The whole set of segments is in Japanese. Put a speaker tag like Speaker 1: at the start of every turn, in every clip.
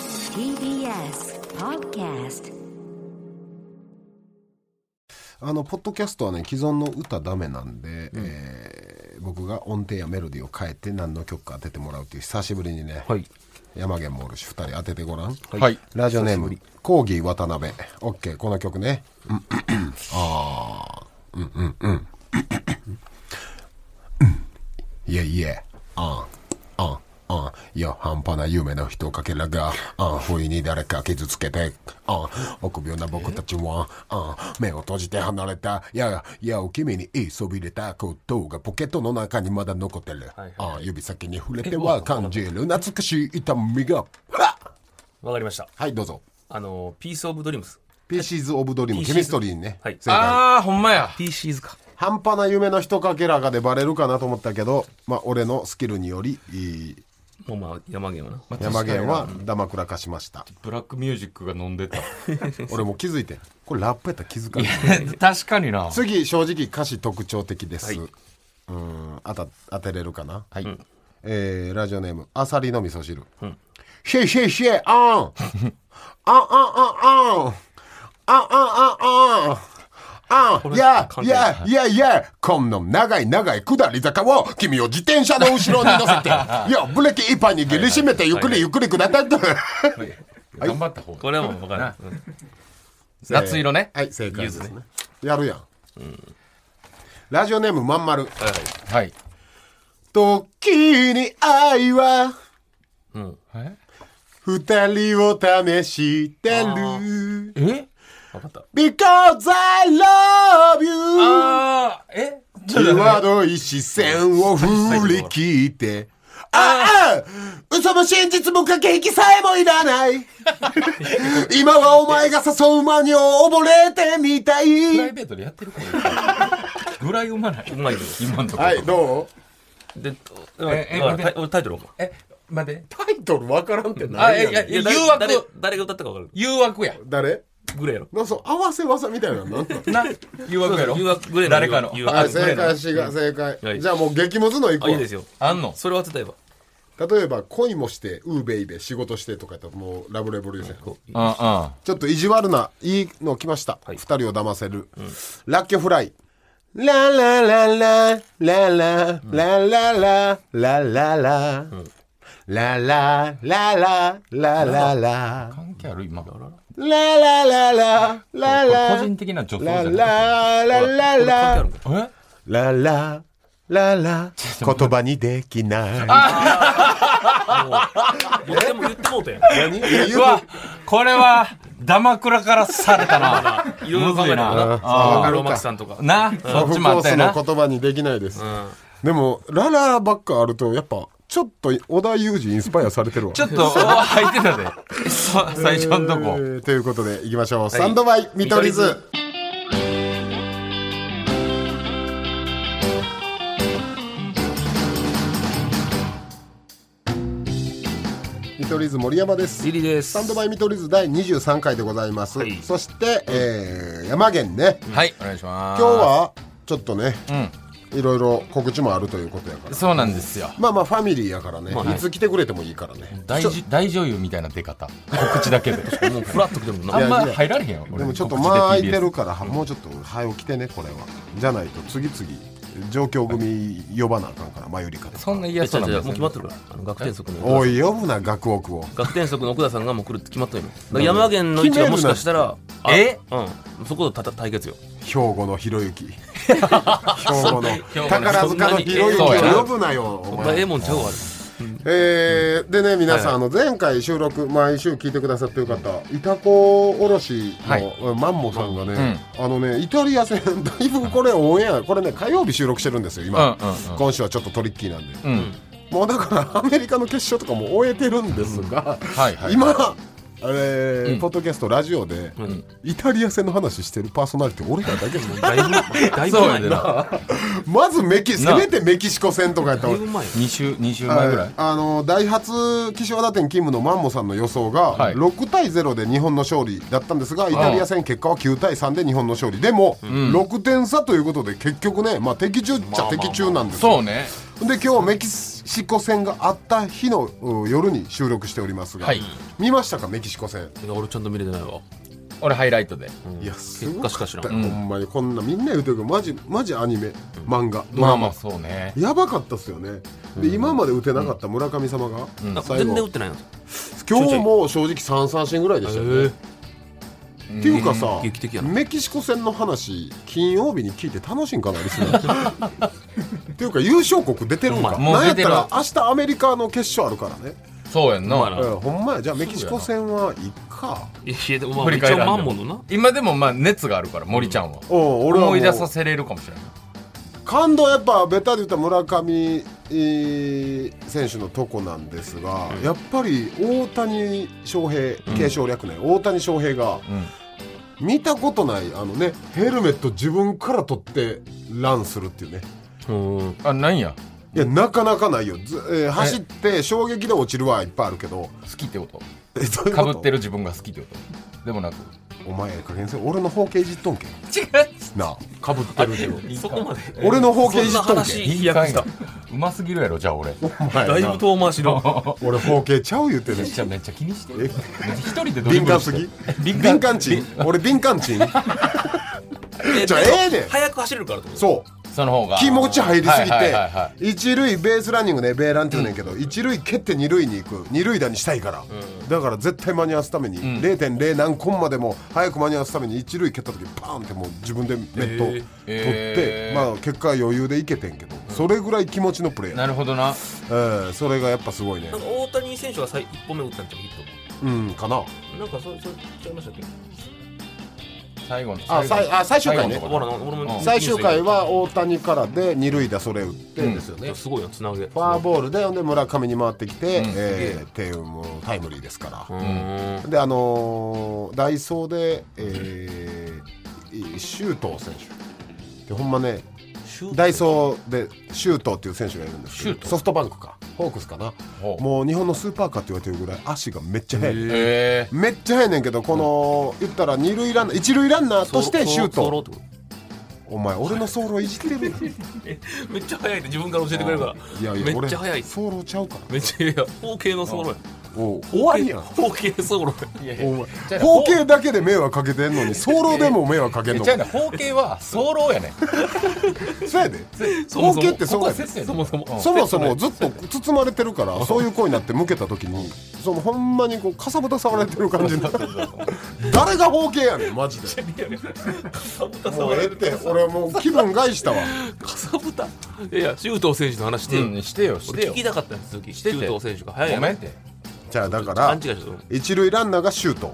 Speaker 1: TBS Podcast
Speaker 2: あのポッドキャストはね既存の歌ダメなんで、えー僕が音程やメロディーを変えて何の曲か当ててもらうっていう久しぶりにね、
Speaker 3: はい
Speaker 2: 山源もおるし2人当ててごらん、
Speaker 3: はい
Speaker 4: はい。
Speaker 2: ラジオネームコーギー渡辺オッケーこの曲ねうんうんうんああうんうんうんうんうんいえいえあんあんあんいや半端な夢の人かけらがあん不意に誰か傷つけてあん臆病な僕たちはあん目を閉じて離れたいやいや君に言いそびれたことがポケットの中にまだ残ってる
Speaker 3: はい
Speaker 2: あん指先に触れては感じる懐かしい痛みがはっ
Speaker 3: わかりました。
Speaker 2: はいどうぞ
Speaker 3: あの、ピースオブドリームス。
Speaker 2: PCs of Dream ケミストリーにね、
Speaker 3: はい
Speaker 2: 正解
Speaker 4: ああ、ほんまや。
Speaker 3: PCs か。
Speaker 2: 半端な夢の一かけらがでバレるかなと思ったけど、まあ、俺のスキルによりいい
Speaker 3: もうまあ、山源はな。
Speaker 2: 山源はダマくらかしました
Speaker 4: ブラックミュージックが飲んでた。
Speaker 2: 俺も気づいてんこれラップやったら気づかない
Speaker 4: 確かにな。
Speaker 2: 次正直歌詞特徴的です、
Speaker 3: はいう
Speaker 2: ーん当た当てれるかなはい、えーラジオネームあさりの味噌汁、シェイシェイシェイあんあんあんあんあんあんあんあんあんあんいやいやいやいやこの長い長い下り坂を君を自転車の後ろに乗せて いやブレーキいっぱい握りしめてゆっくりゆっくり下ってって
Speaker 4: 頑張った方が。
Speaker 3: これはもうわからない。うん
Speaker 4: 夏色ね。
Speaker 2: はい正解ですねやるやん、ラジオネームまんまる
Speaker 4: はい。
Speaker 2: 時に愛は
Speaker 4: え
Speaker 2: 二人を試してる
Speaker 4: え
Speaker 2: Because I love you
Speaker 4: ああ、え
Speaker 2: 際どい視線を振り切ってああ嘘も真実も駆け引きさえもいらない 今はお前が誘う間に溺れてみた
Speaker 4: プライ
Speaker 2: い
Speaker 4: ベートでやってるこれ。ぐらいうまないう
Speaker 3: まいけど。
Speaker 4: 今のところ。
Speaker 2: はいどう
Speaker 3: で、
Speaker 4: ええ
Speaker 3: だからタイ俺タイトルを。
Speaker 4: え、待って。
Speaker 2: タイトルわからんって
Speaker 4: あ、
Speaker 2: 何
Speaker 4: い
Speaker 2: や
Speaker 4: やいや、
Speaker 2: ねん
Speaker 4: 誘
Speaker 3: 誰
Speaker 4: 惑。
Speaker 3: 誰が歌ったかわかる。
Speaker 4: 誘惑や。
Speaker 2: 誰
Speaker 3: グレーやろ。
Speaker 2: なんかそう合わせ技みたいなのなんなの
Speaker 4: な、誘惑やろ。
Speaker 3: 誘惑グレーの
Speaker 4: 誰かの。
Speaker 3: 誘惑
Speaker 2: はい、
Speaker 3: グレ
Speaker 2: 正
Speaker 3: ーの
Speaker 2: 解しが正解、
Speaker 3: はい
Speaker 2: じゃあもう激ムズのいこ
Speaker 3: あ、
Speaker 2: う
Speaker 3: いいですよ。
Speaker 4: あんの
Speaker 3: それを当てたえば。
Speaker 2: 例えば恋もしてウーベイベー仕事してとかやったらもうラブレボリューション、
Speaker 3: こう
Speaker 4: うんうん。
Speaker 2: ちょっと意地悪ないいの来ました、
Speaker 3: はい
Speaker 2: 二人を騙せる、ラッキョフライララララララララララララララララララララ
Speaker 4: 関係ある今。
Speaker 2: ララララララ
Speaker 4: 個人的な女装じ
Speaker 2: ラ
Speaker 4: ゃ
Speaker 2: ラ
Speaker 4: ない。
Speaker 2: ラララ
Speaker 3: 関係
Speaker 4: え
Speaker 2: ラララ ラ言葉にできない
Speaker 3: あるもうでも言ってもうたやん。
Speaker 2: 何いや言う
Speaker 4: うわ、これは、ダマクラからされたな。
Speaker 3: いろいろ考えたら
Speaker 4: むずいな
Speaker 3: な。
Speaker 2: あーわかる
Speaker 3: ロマキさんとか。
Speaker 4: な、そっ
Speaker 2: オ
Speaker 4: ち
Speaker 2: フ
Speaker 4: もあ
Speaker 2: コー
Speaker 4: った
Speaker 2: ス
Speaker 4: よ
Speaker 2: の
Speaker 4: な。
Speaker 2: 言葉にできないです、
Speaker 3: ん
Speaker 2: でもララばっかあるとやっぱちょっと織田裕二インスパイアされてるわ
Speaker 4: ちょっと、お入ってたで。そ最初のと
Speaker 2: え
Speaker 4: こ。
Speaker 2: ーということでいきましょう、サンドバイ見取り図
Speaker 3: 見取
Speaker 2: 見取り図森山です
Speaker 3: リリです。
Speaker 2: サンドバイ見取り図第23回でございます、
Speaker 3: はい
Speaker 2: そして、えー山源ね
Speaker 4: はい、お願いします。
Speaker 2: 今日はちょっとね、
Speaker 4: うん。
Speaker 2: いろいろ告知もあるということやから
Speaker 4: そうなんですよ。
Speaker 2: まあまあファミリーやからね、い、つ来てくれてもいいからね
Speaker 4: 大じ大女優みたいな出方。告知だ けで。
Speaker 3: もうフラッと来てるもんな。
Speaker 4: あんま入られへんよ。俺
Speaker 2: でもちょっと
Speaker 4: 告知
Speaker 2: 間空いて
Speaker 4: で TBS
Speaker 2: るから、もうちょっと早起きてねこれはじゃないと次々状況組呼ばなあかんからマユリカとか
Speaker 4: そんな
Speaker 3: え
Speaker 4: 嫌
Speaker 3: 違
Speaker 4: そう
Speaker 3: う
Speaker 4: なん
Speaker 3: 違う、もう
Speaker 4: です
Speaker 3: 決まってるから。あの、学天則の。
Speaker 2: おい呼ぶな学奥を
Speaker 3: 学天則の奥田さんがもう来るって決まったんよ。だから山源の位置がもしかしたら、あ
Speaker 4: え
Speaker 3: うん。そことたた対決よ。
Speaker 2: 兵庫のひろゆき兵庫の宝塚のひろゆき
Speaker 4: そうやな
Speaker 2: を呼ぶなよお
Speaker 3: お前ええ
Speaker 2: 前
Speaker 3: もんちゃうわ。
Speaker 2: えーでね皆さん、あの前回収録毎週聞いてくださってる方いたこおろしの、
Speaker 4: はい
Speaker 2: マンモさんがね、あのねイタリア戦 だいぶこれオンエアこれね火曜日収録してるんですよ今、
Speaker 4: うんうんうん
Speaker 2: 今週はちょっとトリッキーなんで、
Speaker 4: うん。
Speaker 2: もうだから アメリカの決勝とかも終えてるんですが、
Speaker 4: はいはい。
Speaker 2: 今あれ、
Speaker 4: ん
Speaker 2: ポッドキャストラジオで、
Speaker 3: ん
Speaker 2: イタリア戦の話してるパーソナリティ俺らだけじゃない
Speaker 3: だいぶ、だいぶ
Speaker 4: そうや
Speaker 3: 前
Speaker 4: で
Speaker 3: な。
Speaker 4: な。
Speaker 2: まずメキせめてメキシコ戦とかやった
Speaker 3: だ
Speaker 2: ら
Speaker 3: いぶ前よ。
Speaker 4: 2週、二週前ぐらい。
Speaker 2: あのダイハツ岸和田店勤務のマンモさんの予想が、
Speaker 4: はい
Speaker 2: 6対0で日本の勝利だったんですがイタリア戦結果は9対3で日本の勝利でも、6点差ということで結局ね、まあ、的中っちゃ的中なんですよ
Speaker 4: そうね。
Speaker 2: で今日メキシシコ戦があった日のうん夜に収録しておりますが、
Speaker 5: はい
Speaker 2: 見ましたかメキシコ戦、
Speaker 3: いや俺ちゃんと見れてないわ
Speaker 5: 俺ハイライトで
Speaker 2: いやすごかった
Speaker 3: 結果し
Speaker 2: よ
Speaker 3: か知ら
Speaker 2: ほんまにこんなみんな言うてるけどマジマジアニメ漫画ド
Speaker 5: まあ
Speaker 2: ラ
Speaker 5: ま
Speaker 2: マ
Speaker 5: あそうね
Speaker 2: やばかったっすよねで今まで打てなかった村上様が
Speaker 3: あ
Speaker 2: 最
Speaker 3: 全然打
Speaker 2: 後
Speaker 3: ってないの
Speaker 2: 今日も正直3三振ぐらいでしたよねっていうかさ
Speaker 3: 劇的やな
Speaker 2: メキシコ戦の話金曜日に聞いて楽しいんかなリスナー っていうか優勝国出てるんか
Speaker 5: ほんまも
Speaker 2: な
Speaker 5: うん
Speaker 2: やっ
Speaker 5: 出て
Speaker 2: た
Speaker 5: る
Speaker 2: ら明日アメリカの決勝あるからね
Speaker 5: そうやん
Speaker 3: まあな
Speaker 5: な
Speaker 2: うんほんまやじゃあメキシコ戦はいっか
Speaker 3: いやでもまあ
Speaker 5: 振り
Speaker 3: 一
Speaker 5: 返
Speaker 3: 応
Speaker 5: らんでも
Speaker 3: マンモのな
Speaker 5: 今でもまあ熱があるから森ちゃんは
Speaker 2: うん俺はも
Speaker 5: 思
Speaker 2: う
Speaker 5: い出させれるかもしれない
Speaker 2: 感動やっぱベタで言ったら村上えー選手のとこなんですが、やっぱり大谷翔平継承略ね、大谷翔平が、見たことないあのねヘルメット自分から取ってランするっていうね
Speaker 3: うん
Speaker 5: あなんや
Speaker 2: いやなかなかないよず、えー走って衝撃で落ちるはいっぱいあるけど
Speaker 5: 好きってこと
Speaker 2: えどういう
Speaker 5: か
Speaker 2: こと
Speaker 5: ぶってる自分が好きってことでもなく
Speaker 2: お前ええ加減せえ俺の方形じっとんけ
Speaker 5: 違
Speaker 2: なあかぶってるけど
Speaker 3: そこまで
Speaker 2: 俺の方形じっ
Speaker 3: そん
Speaker 2: と
Speaker 3: なん
Speaker 2: け
Speaker 3: 話飛躍した
Speaker 5: うますぎるやろじゃあ俺
Speaker 2: お前な
Speaker 3: だいぶ遠回し の
Speaker 2: 俺方形ちゃう言うてる
Speaker 5: めっちゃめっちゃ気にして
Speaker 2: え
Speaker 5: る一人でド
Speaker 2: 敏
Speaker 5: リブル
Speaker 2: 感
Speaker 5: し
Speaker 2: す
Speaker 5: て
Speaker 2: ぎ
Speaker 5: 敏
Speaker 2: 敏感チン俺敏感チンじゃあええで
Speaker 3: 早く走れるからと思う
Speaker 2: そう
Speaker 5: その方が
Speaker 2: 気持ち入りすぎ
Speaker 5: はい
Speaker 2: て
Speaker 5: はいはい
Speaker 2: 一塁ベースランニングねベーランって言うねんけど一塁蹴って二塁に行く二塁打にしたいからだから絶対間に合わすために0.0何コンまでも早く間に合わすために一塁蹴った時パーンってもう自分でネット取って
Speaker 5: えー
Speaker 2: まあ結果は余裕でいけてんけどそれぐらい気持ちのプレー
Speaker 5: なるほどな
Speaker 2: えーそれがやっぱすごいね
Speaker 3: なんか大谷選手が最1本目打ったんちゃうヒッ
Speaker 2: うんかな
Speaker 3: トなんかそそれちゃいましたっけ
Speaker 5: 最後の
Speaker 2: あさいあ最終回ね
Speaker 5: 最後
Speaker 3: ほ
Speaker 5: の
Speaker 3: ら
Speaker 5: とこ
Speaker 3: な俺も
Speaker 5: うん
Speaker 2: 最終回は大谷からで二塁打それ打ってですよね
Speaker 3: すごいなつなげフ
Speaker 2: フォアボールでほんで村上に回ってきて、えーっていうもうタイムリーですから、
Speaker 3: うん
Speaker 2: であのーダイソーで、えー、周東選手でほんまねダイソーで周東っていう選手がいるんですけ
Speaker 3: 周
Speaker 2: ど
Speaker 3: 東
Speaker 2: ソフトバンクかホークスかな
Speaker 5: ほう
Speaker 2: もう日本のスーパーかって言われてるぐらい足がめっちゃ速い、
Speaker 5: へえ
Speaker 2: めっちゃ速いねんけどこの、言ったら二塁ランナー一塁ランナーとして周
Speaker 3: ソロ
Speaker 2: 東
Speaker 3: ソロってこ
Speaker 2: お前俺の走路いじってるやんい
Speaker 3: とめっちゃ速いって自分から教えてくれるから
Speaker 2: やいや
Speaker 3: めっちゃ速い
Speaker 2: 俺走路ちゃうから
Speaker 3: めっちゃいや方形のソロや
Speaker 2: おう終わりやん
Speaker 3: 方形ソロ
Speaker 2: お前包茎だけで迷惑かけて んのに早漏でも迷惑かけんの
Speaker 5: じゃあね方形は早漏やねん
Speaker 2: そうやで
Speaker 3: そ
Speaker 2: 包
Speaker 3: もそも
Speaker 2: 茎ってそうやで
Speaker 5: 節やねん
Speaker 3: そもそも
Speaker 5: うん
Speaker 2: そもそもずっと包まれてるからそういう声になって向けた時にそのほんまにこうかさぶた触られてる感じになって 誰が包茎やねんマジでもうええって俺もう気分害したわ
Speaker 3: かさぶたいや周東選手の話してよ
Speaker 5: うんしてよして
Speaker 3: 俺
Speaker 5: よ
Speaker 3: 聞きたかったんです続き
Speaker 5: して
Speaker 3: 周
Speaker 5: て
Speaker 3: 東選手が速い
Speaker 5: ごめんって
Speaker 2: じゃあだか
Speaker 3: 勘
Speaker 2: ら
Speaker 3: 違いしたと思う
Speaker 2: 一塁ランナーがシュート、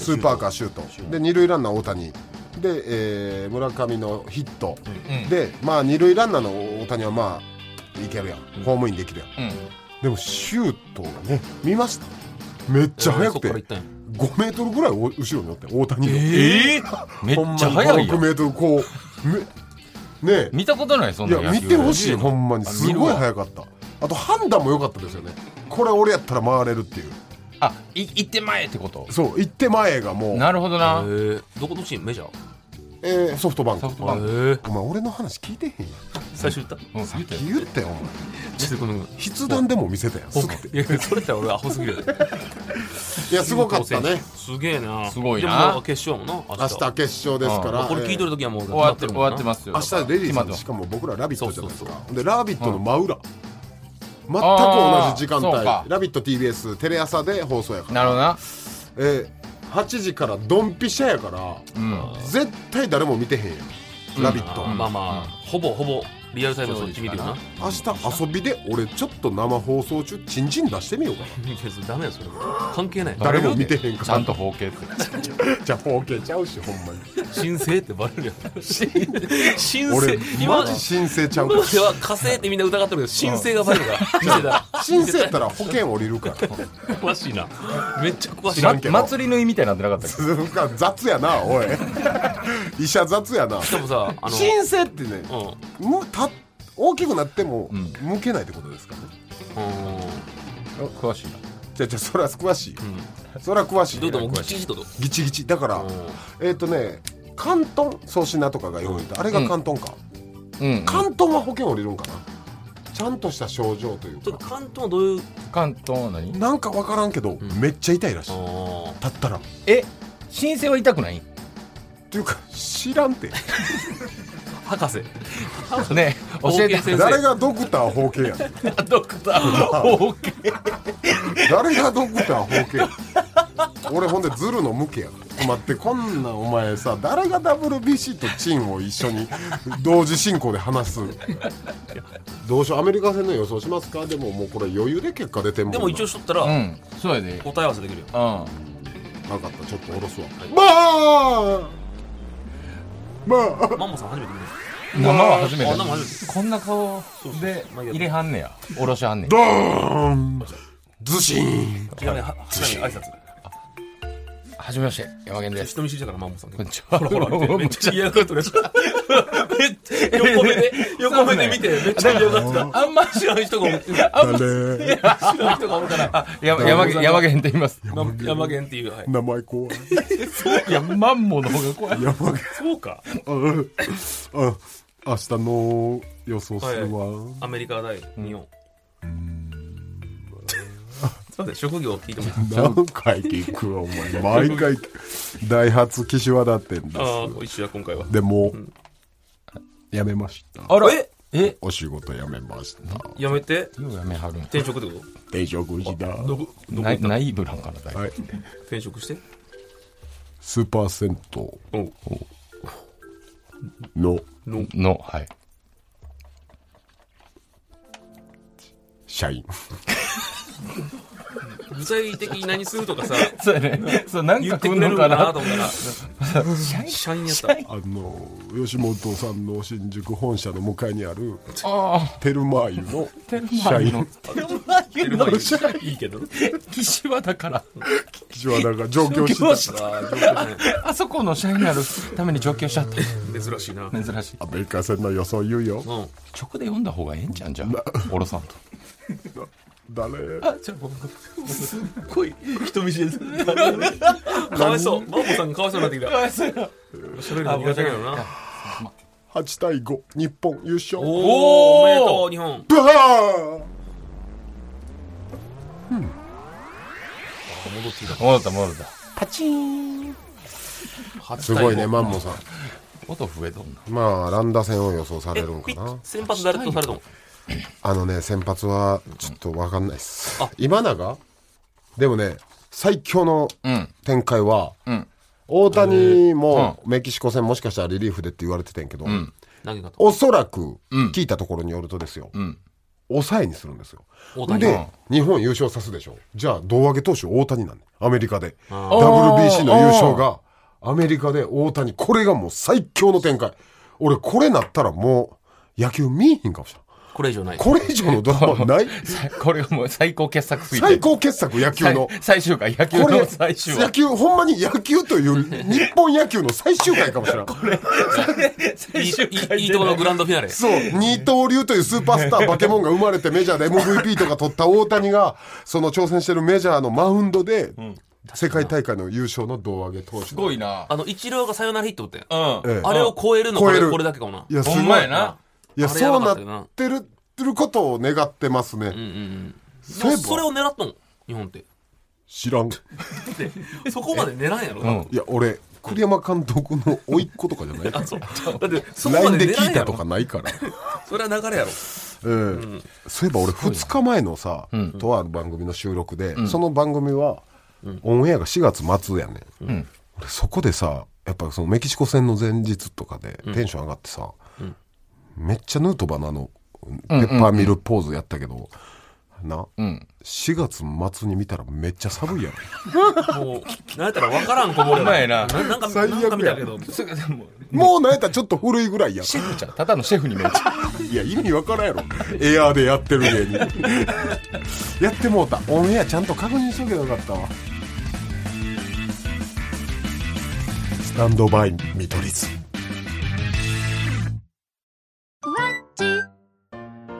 Speaker 2: スーパーカーシュートで二塁ランナー大谷で、えー村上のヒット、でまあ二塁ランナーの大谷はまあいけるやん、ホームインできるやん
Speaker 5: うん
Speaker 2: でもシュートがね見ましためっちゃ速くて
Speaker 3: えーそっ
Speaker 2: 5
Speaker 3: から行ったんや
Speaker 2: メートルぐらいお後ろにおって大谷の、
Speaker 5: えーめっちゃ速い
Speaker 2: ほんまに5 6
Speaker 5: よ
Speaker 2: メートルこうめね
Speaker 5: 見たことないそん
Speaker 2: い
Speaker 5: な
Speaker 2: や見てほしいほんまに
Speaker 5: あ
Speaker 2: す
Speaker 5: 見る
Speaker 2: ごい
Speaker 5: わ
Speaker 2: 速かったあと判断も良かったですよねこれ俺やったら回れるっていう
Speaker 5: あい行って前ってこと
Speaker 2: そう行って前がもう、
Speaker 5: なるほど
Speaker 3: へ
Speaker 5: な
Speaker 3: えどこのチームメジャー
Speaker 2: えーソフトバンク
Speaker 5: ソフトバンク
Speaker 3: へえ
Speaker 2: お前俺の話聞いてへんやん
Speaker 3: 最初言った
Speaker 5: うん言うてよ
Speaker 2: 言ってお前
Speaker 3: ちょっとごめんごめん
Speaker 2: 筆談でも見せたやんすぐ
Speaker 3: いやそれやったら俺アホすぎるよ
Speaker 2: いやすごかったね
Speaker 3: すげえな
Speaker 5: すごいな
Speaker 3: でもなんか決勝やもんな
Speaker 2: 明日決勝ですから
Speaker 3: これ聞いとる時はもう
Speaker 5: 終わってる終わって
Speaker 3: す
Speaker 5: ますよ
Speaker 2: 明日レディーさん
Speaker 5: 今
Speaker 2: しかも僕ら「ラビット!」じゃないですか
Speaker 3: そう
Speaker 2: で「ラビット!」の真裏全く同
Speaker 5: あー
Speaker 2: じ時間
Speaker 5: そう
Speaker 2: 帯
Speaker 5: か
Speaker 2: 「ラビット !TBS」テレ朝で放送やか
Speaker 5: と
Speaker 2: ら
Speaker 5: なるほどな
Speaker 2: えー8時からドンピシャやから絶対誰も見てへんやん「ラビット!」
Speaker 3: まあまあほぼほぼリアルタイムでそっち見てるな
Speaker 2: 明日遊びで俺ちょっと生放送中チンチン出してみようかな
Speaker 3: いやそれダメだよそれ関係ない
Speaker 2: 誰も見てへんから
Speaker 5: ちゃんと包茎って
Speaker 2: じゃあ包茎ちゃうしほんまに
Speaker 3: 申請ってバレるやん申請
Speaker 2: 俺
Speaker 3: 今
Speaker 2: マ
Speaker 3: まで
Speaker 2: ジ申請ちゃう
Speaker 3: 今
Speaker 2: か
Speaker 3: までは火星ってみんな疑ってるけど申請がバレるから見てた
Speaker 2: ら申請やったら保険降りるから
Speaker 3: ら詳しいなめっちゃ詳しい
Speaker 2: 知らんけど
Speaker 5: 祭り縫いみたいになってなかったっけ
Speaker 2: つうか雑やなおい医者雑やな
Speaker 3: しかもさあの
Speaker 2: 申請ってね
Speaker 3: うん
Speaker 2: むた大きくなっても向けないってことですかね、
Speaker 3: うん
Speaker 5: 詳しいな
Speaker 2: じゃあじゃあそれは詳しいよ、それは詳しい
Speaker 3: どう
Speaker 2: よ
Speaker 3: ともぐちぐちとどう
Speaker 2: ギチギチだからえっ、とね関東粗品とかが用意ってあれが関東か、
Speaker 5: うん
Speaker 2: 関東は保険降りるんかなちゃんとした症状という
Speaker 3: ちょっ
Speaker 2: か
Speaker 3: と関東どういう
Speaker 5: 関東は何
Speaker 2: なんか分からんけど、めっちゃ痛いらしい
Speaker 3: あ
Speaker 2: 立ったらっ
Speaker 5: え申請は痛くない
Speaker 2: ていうか知らんて
Speaker 3: ー博士
Speaker 5: ね教え
Speaker 3: 包
Speaker 5: て
Speaker 3: 茎先生
Speaker 2: 誰がドクター包茎やねん
Speaker 3: ドクター包茎
Speaker 2: 誰がドクター包茎俺ほんでズルの向けや待ってこんなんお前さ誰が WBC とチンを一緒に同時進行で話すどうしようアメリカ戦の予想しますかでももうこれ余裕で結果出てんもん
Speaker 3: で
Speaker 2: な
Speaker 3: も一応しとったら、
Speaker 5: うんそうやで
Speaker 3: 答え合わせできるよ
Speaker 5: うん
Speaker 2: 分かったちょっと下ろすわまあまあ
Speaker 3: マンモさん初めて見る
Speaker 5: 生は初め
Speaker 3: あ生初め
Speaker 5: てこんな顔で入れはんねやおろしはんねん
Speaker 2: ドーンズシン
Speaker 3: ちなみにはちなみに挨拶
Speaker 5: はじめまして山源です
Speaker 3: 人見知りだからマンモさんこ
Speaker 5: こんにちは
Speaker 3: ほらほらめっちゃ嫌がってるめっちゃ横目で横目で見てめっちゃ嫌がってたあんま知らん人がおる
Speaker 2: 誰
Speaker 3: 知らん人がおるから
Speaker 5: あや山源山源って言います
Speaker 3: 山源っていうはい
Speaker 2: 名前怖い
Speaker 5: いやマンモの方が怖い
Speaker 2: 山口
Speaker 3: そうか
Speaker 2: ああ明日の予想するわ、
Speaker 3: アメリカ大日本すいません職業聞いてもいいですか
Speaker 2: 何回聞くわお前毎回ダイハツ岸和田店です
Speaker 3: ああ一緒や今回は
Speaker 2: でも、やめました
Speaker 3: あらえ
Speaker 5: え
Speaker 2: お仕事やめました
Speaker 3: やめて
Speaker 5: ようやめはるん
Speaker 3: 転職ってこ
Speaker 2: 定職時だ
Speaker 3: とどこどこ
Speaker 5: ないないブランかな大体
Speaker 2: はい
Speaker 3: 転職して
Speaker 2: スーパー銭
Speaker 3: おう
Speaker 2: 湯の
Speaker 3: の
Speaker 5: のはい
Speaker 2: 社員
Speaker 3: 具体的に何すると かさ
Speaker 5: そうやねそうなん
Speaker 3: 言
Speaker 5: か
Speaker 3: って
Speaker 5: 来
Speaker 3: く
Speaker 5: ん
Speaker 3: れる
Speaker 5: の
Speaker 3: か
Speaker 5: か
Speaker 3: な
Speaker 5: な
Speaker 3: と思ったら 社員やった
Speaker 2: あの吉本さんの新宿本社の向かいにある
Speaker 5: あ
Speaker 2: テルマー湯の社員
Speaker 3: テルマいいけど
Speaker 5: 岸和田から
Speaker 2: 岸和田が上京して
Speaker 3: ああ上手ね
Speaker 5: あそこの社員になるために上京しちゃった
Speaker 3: 珍しいな
Speaker 5: 珍しい
Speaker 2: たアメリカ戦の予想言うよ
Speaker 3: うん
Speaker 5: 直で読んだ方がええんちゃうんじゃんおろさんと
Speaker 2: 誰
Speaker 5: あじゃあ僕
Speaker 3: 濃い人見知りですかわいそうマンモさんがかわいそうになってきた喋るの苦手だけどな
Speaker 2: 8対5日本優勝
Speaker 3: おおおめでとう日本
Speaker 2: バーン
Speaker 5: 戻った戻った
Speaker 2: すごいねマンモさん
Speaker 5: 音増えとんな
Speaker 2: まあ乱打戦を予想されるんか
Speaker 3: ピッ
Speaker 2: な
Speaker 3: 先発誰とされたの
Speaker 2: あのね先発はちょっと分かんないっす
Speaker 3: あ
Speaker 2: 今永でもね最強の
Speaker 5: ん
Speaker 2: 展開は、大谷もメキシコ戦もしかしたらリリーフでって言われてたんやけど、
Speaker 3: 投げ方
Speaker 2: おそらく聞いたところによるとですよ、
Speaker 5: ん
Speaker 2: 抑えにするんですよ
Speaker 3: 大谷
Speaker 2: で日本優勝さすでしょじゃあ胴上げ投手大谷なんでアメリカで
Speaker 3: あ
Speaker 2: WBC の優勝がアメリカで大谷これがもう最強の展開俺これなったらもう野球見えへんかもしれん
Speaker 3: これ以上ない
Speaker 2: これ以上のドラマない
Speaker 5: さこれがもう最高傑作すぎて
Speaker 2: 最高傑作野球の
Speaker 5: 最最終回野球
Speaker 2: これ
Speaker 5: の最終
Speaker 2: 野
Speaker 5: 話
Speaker 2: 球ほんまに野球という日本野球の最終回かもしれん
Speaker 3: いいいいいとこのグランドフィナーレ
Speaker 2: そう、二刀流というスーパースター、バケモンが生まれてメジャーで MVP とか取った大谷が、その挑戦してるメジャーのマウンドで、世界大会の優勝の胴上げ投手。
Speaker 5: すごいな
Speaker 3: あのイチローがサヨナラヒット打ってん
Speaker 5: うん
Speaker 2: ええ
Speaker 3: あれを超えるの
Speaker 2: 超
Speaker 3: こ
Speaker 2: える
Speaker 3: れこれだけかもない
Speaker 2: や、すご
Speaker 5: ほ
Speaker 2: い。
Speaker 5: んまやな
Speaker 2: や、
Speaker 3: あれや
Speaker 2: そ
Speaker 3: ば
Speaker 2: う
Speaker 3: か
Speaker 2: な
Speaker 3: ったよな
Speaker 2: ってる、ってることを願ってます
Speaker 3: う
Speaker 2: ね。
Speaker 3: んうんうん
Speaker 2: そういえば
Speaker 3: それを狙ったの日本って
Speaker 2: 知らん。い
Speaker 3: でそこまで狙えんやろ多
Speaker 5: う
Speaker 3: 分
Speaker 5: ん
Speaker 2: や、俺、栗山監督の甥っ子とかじゃないか
Speaker 3: あそうだって そ
Speaker 2: ら。
Speaker 3: こま
Speaker 2: LINE
Speaker 3: で
Speaker 2: で
Speaker 3: 狙
Speaker 2: 聞
Speaker 3: えん
Speaker 2: い
Speaker 3: や
Speaker 2: た
Speaker 3: ろ
Speaker 2: とかないから。
Speaker 3: それは流れや
Speaker 2: ええ
Speaker 3: ろ
Speaker 2: そういえば俺2日前のさ、とある番組の収録で、その番組は、オンエアが4月末やねん、俺そこでさやっぱそのメキシコ戦の前日とかでテンション上がってさ、めっちゃヌートバーのあのペッパーミルポーズやったけど、な、4月末に見たらめっちゃ寒いやん
Speaker 3: もう何やったら分からんこぼれ
Speaker 5: ほんまやな
Speaker 3: なんか
Speaker 2: 最悪
Speaker 3: な
Speaker 2: や
Speaker 3: んか見たけど
Speaker 5: それでも
Speaker 2: もうなんやったらちょっと古いぐらいやん
Speaker 5: シェフじゃんただのシェフに見えちゃう
Speaker 2: いや意味わからんやろエアーでやってる芸人 やってもうたオンエアちゃんと確認しとけばよかったわスタンドバイ見取り図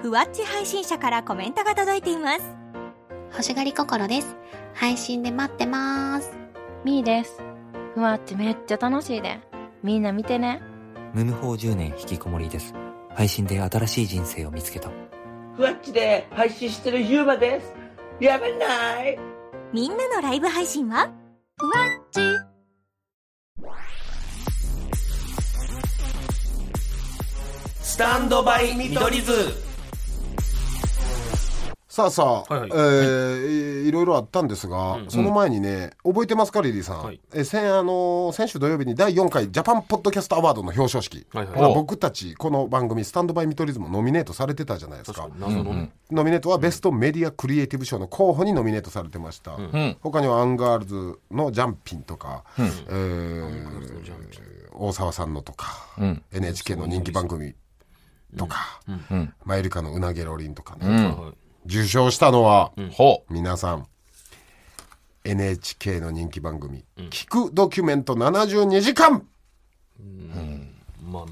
Speaker 6: ふわっち配信者からコメントが届いています
Speaker 7: 欲しがり心です。配信で待ってます。
Speaker 8: みーです。ふわっちめっちゃ楽しいで。みんな見てね。
Speaker 9: ムムホー10年引きこもりです。配信で新しい人生を見つけた。ふわっちで配信してるゆうまです。やめない
Speaker 6: みんなのライブ配信はふわっち
Speaker 3: スタンドバイ見取り図
Speaker 2: さあさあ、
Speaker 3: はいはい
Speaker 2: えーいろいろあったんですが、その前にね覚えてますかリリーさん、
Speaker 3: はい
Speaker 2: え先あのー先週土曜日に第4回ジャパンポッドキャストアワードの表彰式、
Speaker 3: はいはい
Speaker 2: まあ僕たちこの番組「スタンドバイ見取り図」もノミネートされてたじゃないですか
Speaker 3: 確かに謎のね
Speaker 2: ノミネートはベストメディアクリエイティブ賞の候補にノミネートされてました、他にはアンガールズの「ジャンピン」とか、えー大沢さんのとか、NHK の人気番組とか、マユリカの「うなげろりん」とかね、
Speaker 3: は
Speaker 2: 受賞したのは、
Speaker 5: ほ
Speaker 2: 皆さん NHK の人気番組「聞くドキュメント72時間」
Speaker 3: いまあまあ
Speaker 2: っ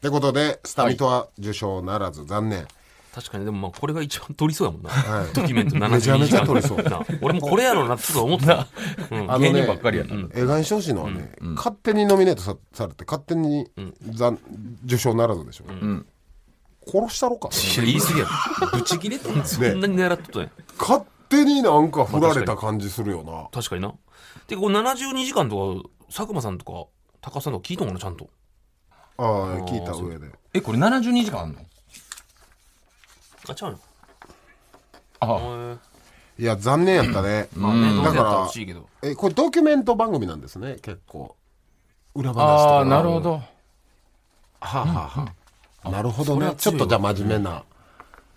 Speaker 2: てことでスタミトは受賞ならず残念
Speaker 3: 確かにでもまあこれが一番取りそうやもんな、ドキュメント72時間
Speaker 2: めちゃめちゃ取りそう
Speaker 3: な俺もこれやろうなってすごい思ってた、うん
Speaker 2: あの
Speaker 5: う。芸
Speaker 2: ね
Speaker 5: 人ばっかりやな。
Speaker 2: 映画にしてほしいのはね、勝手にノミネートさされて勝手に、残受賞ならずでしょ、殺したろか
Speaker 3: いや言い過ぎやろぶち切れてんのそんなに狙っとったんや
Speaker 2: 勝手になんか振られた感じするよな、
Speaker 3: 確かになてかこれ72時間とか佐久間さんとか高須さんとか聞いたんかなちゃんと
Speaker 2: ああ聞いた上で
Speaker 5: え、これ72時間あんの
Speaker 3: あちゃうよ
Speaker 5: あ
Speaker 2: いや残念やったね、
Speaker 3: まあねどう
Speaker 2: だ
Speaker 3: せやったら欲
Speaker 2: か
Speaker 3: しいけど
Speaker 2: らえこれドキュメント番組なんですね結構裏話とか
Speaker 5: あー、なるほど。
Speaker 2: はあ、はあはあ、なるほどねち
Speaker 3: そ
Speaker 2: ょっ
Speaker 3: れは強いわ
Speaker 2: とじゃあ真面目な、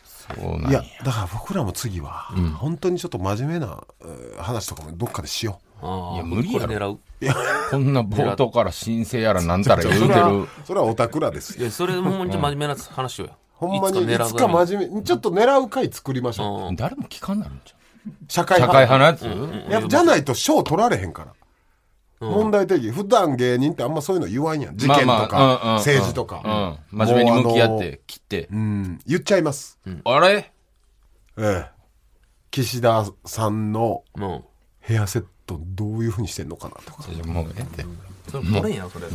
Speaker 5: そうなん
Speaker 2: い
Speaker 5: や
Speaker 2: や。だから僕らも次は、本当にちょっと真面目な、えー話とかもどっかでしよ
Speaker 3: ああ
Speaker 5: いや無理やろ
Speaker 3: これ狙う
Speaker 5: こんな冒頭から申請やらなんたら
Speaker 2: う
Speaker 5: 言
Speaker 2: そ
Speaker 5: うて
Speaker 2: れは
Speaker 5: る。
Speaker 2: それはオタクらです
Speaker 3: い
Speaker 2: よ
Speaker 3: やそれもほんと真面目な話をや
Speaker 2: ほんまにい
Speaker 3: 狙う
Speaker 2: つか真面目にちょっと狙う回作りましょう、
Speaker 3: うん
Speaker 5: 誰も聞かんなるんじ
Speaker 2: 社会
Speaker 5: ゃん。
Speaker 2: 派
Speaker 5: 社会派のやつ、
Speaker 2: いやじゃないと賞取られへんから、問題定義普段芸人ってあんまそういうの言わんやん事件とか、
Speaker 5: まあまあうんうん
Speaker 2: 政治とか、
Speaker 5: うん。真面目に向き合っ
Speaker 2: もう
Speaker 5: て、切って
Speaker 2: あ。のうん言っちゃいます、
Speaker 5: あれ
Speaker 2: ええ岸田さんの
Speaker 3: うん
Speaker 2: ヘアセットどういうふうにしてんのかなとか
Speaker 5: もうええって。
Speaker 3: それ取れんやろそれ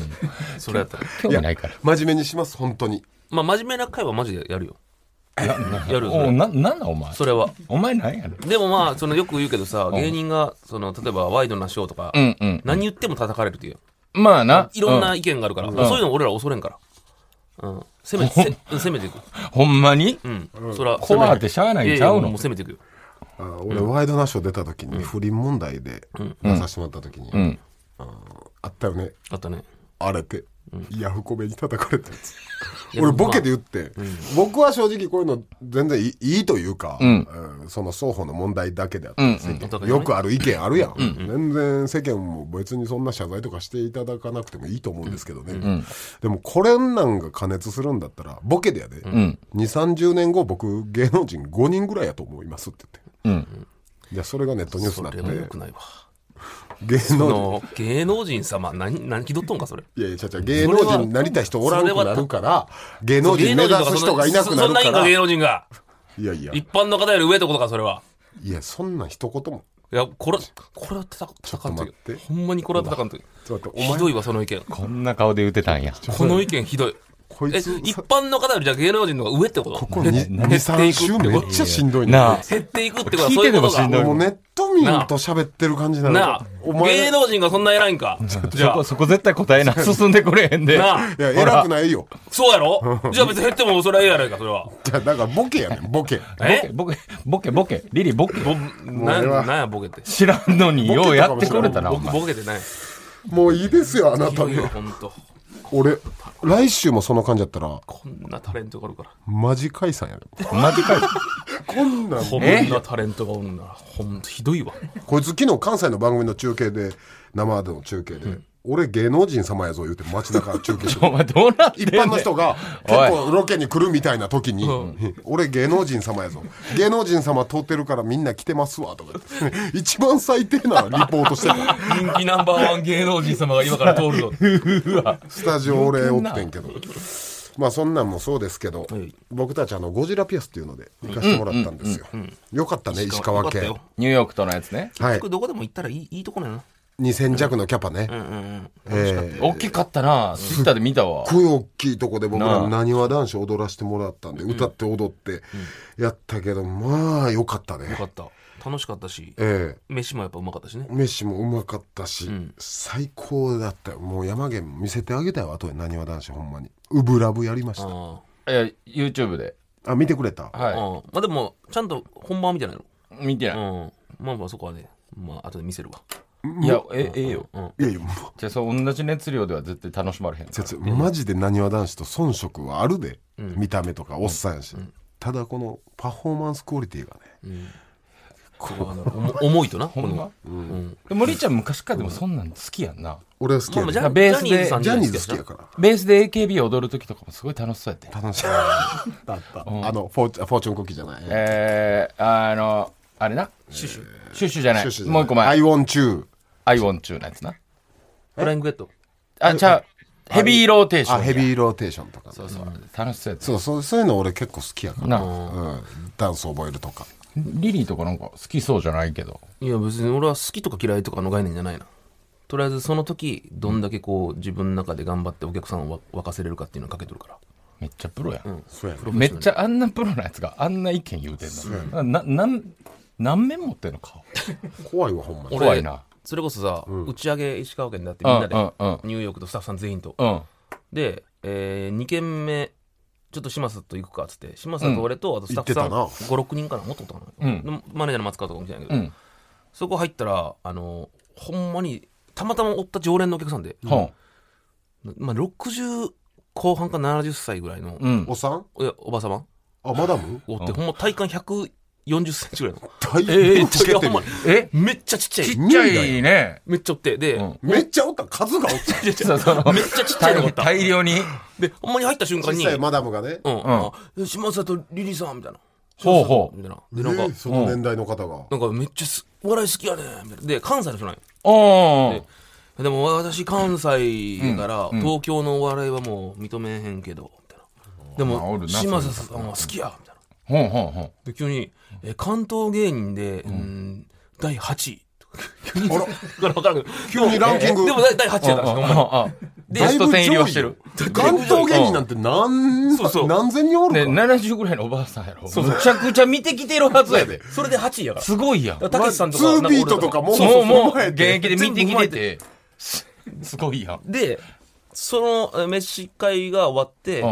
Speaker 3: それやった ら
Speaker 5: 興味ないから。
Speaker 2: 真面目にします本当に
Speaker 3: まあ真面目な会はマジでやるよやるよ
Speaker 5: おうな、なんだお前。
Speaker 3: それは
Speaker 5: お前なんやろ。
Speaker 3: でもまあそのよく言うけどさ芸人がその例えばワイドなショーとか
Speaker 5: うんうん。
Speaker 3: 何言っても叩かれるっていう
Speaker 5: まあな。
Speaker 3: いろんな
Speaker 5: う
Speaker 3: 意見があるからそういうの俺ら恐れんからうん攻めてせ攻めていく
Speaker 5: ほんまに
Speaker 3: うんそら
Speaker 5: 怖ってしゃあないんちゃう
Speaker 3: ややも
Speaker 5: の
Speaker 3: う攻めていくよ
Speaker 2: あ俺、ワイドナショー出た時に、不倫問題で出させてもらった時に、
Speaker 5: ん
Speaker 2: あったよね
Speaker 3: あったね
Speaker 2: 荒れて、ヤフコメに叩かれたやつ
Speaker 3: いや
Speaker 2: 俺ボケで言って、僕は正直こういうの全然いいいいというか、
Speaker 5: ん
Speaker 2: うんその双方の問題だけであって、世間
Speaker 3: お互い ね
Speaker 2: よくある意見あるやん、全然世間も別にそんな謝罪とかしていただかなくてもいいと思うんですけどね、でもこれなんか加熱するんだったらボケでやで、
Speaker 5: ん
Speaker 2: 2三3 0年後僕芸能人5人ぐらいやと思いますって言って、いやそれがネットニュース
Speaker 3: そ
Speaker 2: になっ
Speaker 3: れはよ
Speaker 2: て
Speaker 3: くないわ
Speaker 2: 芸
Speaker 3: そ
Speaker 2: 能人
Speaker 3: の芸能人様何何気取っとんかそれ
Speaker 2: いやいや、ちゃちゃ、芸能人になりたい人おらんくなるから、芸能人目指す人がいなくな
Speaker 3: そん
Speaker 2: る
Speaker 3: ない
Speaker 2: か。
Speaker 3: んから芸
Speaker 2: い
Speaker 3: 能人が
Speaker 2: やいや、
Speaker 3: 一般の方より上ってことかそれはい
Speaker 2: や、そんな一言も。
Speaker 3: いやこれこれは叩か叩かんと
Speaker 2: ちょっと待って
Speaker 3: ほんまにこれは叩かんと
Speaker 2: ちょっと待ってお前
Speaker 3: ひどいわその意見
Speaker 5: こんな顔で言うてたんや。
Speaker 3: この意見ひどい。
Speaker 2: こい
Speaker 3: え、
Speaker 2: つ、
Speaker 3: 一
Speaker 2: さ
Speaker 3: 般の方よりじゃあ芸能人の方が上ってこと
Speaker 2: ここに2、
Speaker 3: 減って
Speaker 2: 3
Speaker 3: いく
Speaker 2: 週めっちゃしんどいね
Speaker 5: なあ。
Speaker 3: 減っていくってことは
Speaker 5: 聞い
Speaker 3: そういう
Speaker 5: てて
Speaker 3: こ
Speaker 5: も
Speaker 3: とが。
Speaker 5: しんどい
Speaker 2: もうネット民と喋ってる感じになる
Speaker 3: なあ、
Speaker 2: お前、
Speaker 3: 芸
Speaker 2: い
Speaker 3: 能人がそんな偉いんか。じ
Speaker 5: そ
Speaker 3: ゃあ
Speaker 5: こ、、そこ絶対答えな。進んでくれへんで。
Speaker 3: なあ、
Speaker 2: や、偉くないよ。
Speaker 3: そうやろじゃあ別に減ってもそれはええやないか、それは。
Speaker 2: じゃあだからボケやねん、ボケ。
Speaker 3: え
Speaker 5: ボケ、ボケ、ボケ、リリボケ。
Speaker 3: ぼ、なん
Speaker 2: 俺は
Speaker 3: なんやボケって。
Speaker 5: 知らんのにようやってくれたな、お
Speaker 3: 僕
Speaker 5: 前。
Speaker 3: ボケてない。ひ
Speaker 2: もういいですよ、あなた
Speaker 3: どいわ、
Speaker 2: ね。
Speaker 3: ほんと。
Speaker 2: 俺、来週もその感じやったら、
Speaker 3: こんなタレントがおるから。
Speaker 2: マジ解散やねん。
Speaker 5: マジかよ。
Speaker 2: こんなん、
Speaker 3: こんなタレントがおるんなら、ほんとひどいわ。
Speaker 2: こいつ昨日関西の番組の中継で、生での中継で、俺芸能人様やぞ言うて街中中継して
Speaker 5: お前どうなってん
Speaker 2: 一
Speaker 5: ねん
Speaker 2: 般の人が結構ロケに来るみたいな時に「俺芸能人様やぞ芸能人様通ってるからみんな来てますわ」とか言って 一番最低なリポートしてた
Speaker 3: 人気ナンバーワン芸能人様が今から通る ぞ。
Speaker 2: スタジオ俺おってんけどまあそんなんもそうですけど
Speaker 3: はい
Speaker 2: 僕たちあのゴジラピアスっていうので行かしてもらったんですよよかったね石川
Speaker 3: よかった
Speaker 2: 県
Speaker 3: よ
Speaker 5: ニューヨークとのやつね。
Speaker 2: はい
Speaker 3: 僕どこでも行ったらいいいいとこなんやな。
Speaker 2: 2000弱のキャパね。
Speaker 3: うんうん
Speaker 2: えー
Speaker 5: 大きかったな。ツイッターで見たわ。
Speaker 2: ごい大きいとこで僕
Speaker 5: な
Speaker 2: ら
Speaker 5: あ
Speaker 2: なにわ男子踊らせてもらったんで、歌って踊ってやったけど、まあよかった
Speaker 3: うん。よ
Speaker 2: ね
Speaker 3: か。った。楽しかったし、
Speaker 2: え
Speaker 3: 飯もやっぱうまかったしね
Speaker 2: え。飯もうまかったし、
Speaker 3: ん
Speaker 2: 最高だったよ。もう山源見せてあげたよ、後でなにわ男子ほんまに。ウブラブやりまし
Speaker 3: あ
Speaker 2: た。
Speaker 3: あ。
Speaker 5: いや、YouTube で。
Speaker 2: あ、見てくれた
Speaker 3: あ
Speaker 5: は
Speaker 3: あまあでも、ちゃんと本番みたいない
Speaker 5: い。見てない。
Speaker 3: の。うん。まあまあそこはね、まあ後で見せるわ。
Speaker 5: いや、え、ええよ。
Speaker 3: うん。
Speaker 2: いやいや、もう
Speaker 5: じゃあ、そう、同じ熱量では絶対楽しまれへん。
Speaker 2: 節もうマジでなにわ男子と遜色はあるで、見た目とかおっさんやし、ただこのパフォーマンスクオリティがね、
Speaker 3: これはな重 重いとな、こ
Speaker 5: ほん
Speaker 3: の。
Speaker 5: まで森ちゃん昔からでもそんなん好きやんな。
Speaker 2: 俺は好き
Speaker 3: まあ
Speaker 2: や
Speaker 3: ま
Speaker 2: ね
Speaker 3: あジャ
Speaker 5: ベースで
Speaker 3: ジャニーズさん
Speaker 2: ジ
Speaker 3: じゃ
Speaker 2: ャ
Speaker 3: ない
Speaker 2: ニ
Speaker 3: で
Speaker 2: ー
Speaker 3: す
Speaker 2: ズ好
Speaker 3: か
Speaker 2: きやから
Speaker 5: ベースで AKB 踊る時とかもすごい楽しそうやって。
Speaker 2: 楽しいだった、あのフォーチュンフォーチュンコキじゃない、
Speaker 5: えー、あの、あれな。シュシュ。シュシュじゃない。
Speaker 2: シュシュじゃな
Speaker 5: もう一個前。
Speaker 2: アイウォンチュー
Speaker 5: アイウォンチューのやつな。
Speaker 3: フライングゲット。
Speaker 5: あ、じゃあ、ヘビーローテーション
Speaker 2: あ
Speaker 5: や。
Speaker 2: ヘビーローテーションとかね、
Speaker 5: そう楽しそうやつ。
Speaker 2: そうそうそういうの俺結構好きやから、
Speaker 5: な、
Speaker 2: うん、ダンス覚えるとか
Speaker 5: リリーとかなんか好きそうじゃないけど。
Speaker 3: いや別に俺は好きとか嫌いとかの概念じゃないな。とりあえずその時、どんだけこう自分の中で頑張ってお客さんをわ沸かせれるかっていうのをかけとるから。
Speaker 5: めっちゃプロやん。
Speaker 2: そうやね
Speaker 5: めっちゃあんなプロなやつがあんな意見言うてんの。な、なん、何面持ってんのか。
Speaker 2: 怖いわほんまに
Speaker 5: 怖いな。
Speaker 3: それこそさ、打ち上げ石川県だって
Speaker 5: うん
Speaker 3: みんなで、
Speaker 5: うんうん
Speaker 3: ニューヨークとスタッフさん全員と。
Speaker 5: うん。
Speaker 3: で、え2軒目、ちょっと島津と行くかっつって、島津と俺と、あとスタッフさん
Speaker 2: 行
Speaker 3: 5、
Speaker 2: って
Speaker 3: 6人かな、もっとおったかな、
Speaker 5: うん
Speaker 3: でマネージャーの松川とかも来たんやけ
Speaker 5: う
Speaker 3: ど、
Speaker 5: ん。
Speaker 3: そこ入ったら、あの、ほんまに、たまたまおった常連のお客さんで、
Speaker 5: ほん。
Speaker 3: まあ、60後半か70歳ぐらいの、
Speaker 5: うん
Speaker 2: お。っさん
Speaker 3: おやおばさま
Speaker 2: あマダム
Speaker 3: おって、ほんま体感140センチぐ らいの。
Speaker 2: 大
Speaker 3: え
Speaker 2: 変つけてる、
Speaker 5: え
Speaker 3: めっちゃちっちゃい。
Speaker 5: ちっちゃいね。
Speaker 3: めっちゃおって、で、
Speaker 5: ん
Speaker 2: めっちゃおった数がおった
Speaker 3: めっちゃ
Speaker 5: そうその
Speaker 3: ちっちゃいのおった。
Speaker 5: 大量に。
Speaker 3: で、ほんまに入った瞬間
Speaker 2: 小
Speaker 3: に、
Speaker 2: さいマダムがね、
Speaker 3: うん、あ島津とリリーさんみたいな。
Speaker 5: ほうほう
Speaker 3: みたいな。で、なんか、
Speaker 2: えーその年代の方が、
Speaker 3: なんかめっちゃすお笑い好きやねんみたいな。で、関西の人なんよ。
Speaker 5: おー。
Speaker 3: でも私関西やから、東京のお笑いはもう認めへんけど、みたいな。で
Speaker 5: まあおる
Speaker 3: も、
Speaker 5: な
Speaker 3: 島佐さんは好きや、みたいな。
Speaker 5: ほんほんほん。
Speaker 3: で、急に、え関東芸人で、うん、第8位。急に、わからんわからんけど。
Speaker 2: 急にランキング
Speaker 3: でもでも第8位やったんですよ、ほんまに
Speaker 5: ああ
Speaker 3: で
Speaker 5: ベスト10入りはしてる。
Speaker 2: 関東芸人なんて何
Speaker 3: そうそう
Speaker 2: 何千人お
Speaker 5: ね、
Speaker 2: るか
Speaker 5: 70ぐらいのおばあさんやろ。むちゃくちゃ見てきてるはずやで。
Speaker 3: それで8位やから。
Speaker 5: すごいやん。
Speaker 3: だからたけしさんとか、
Speaker 2: まあ
Speaker 3: なん俺
Speaker 2: ツービートとかもう
Speaker 5: もうもう
Speaker 2: そうそう
Speaker 5: 現役で見てきてて。すごいやん。
Speaker 3: で、その、え飯会が終わって、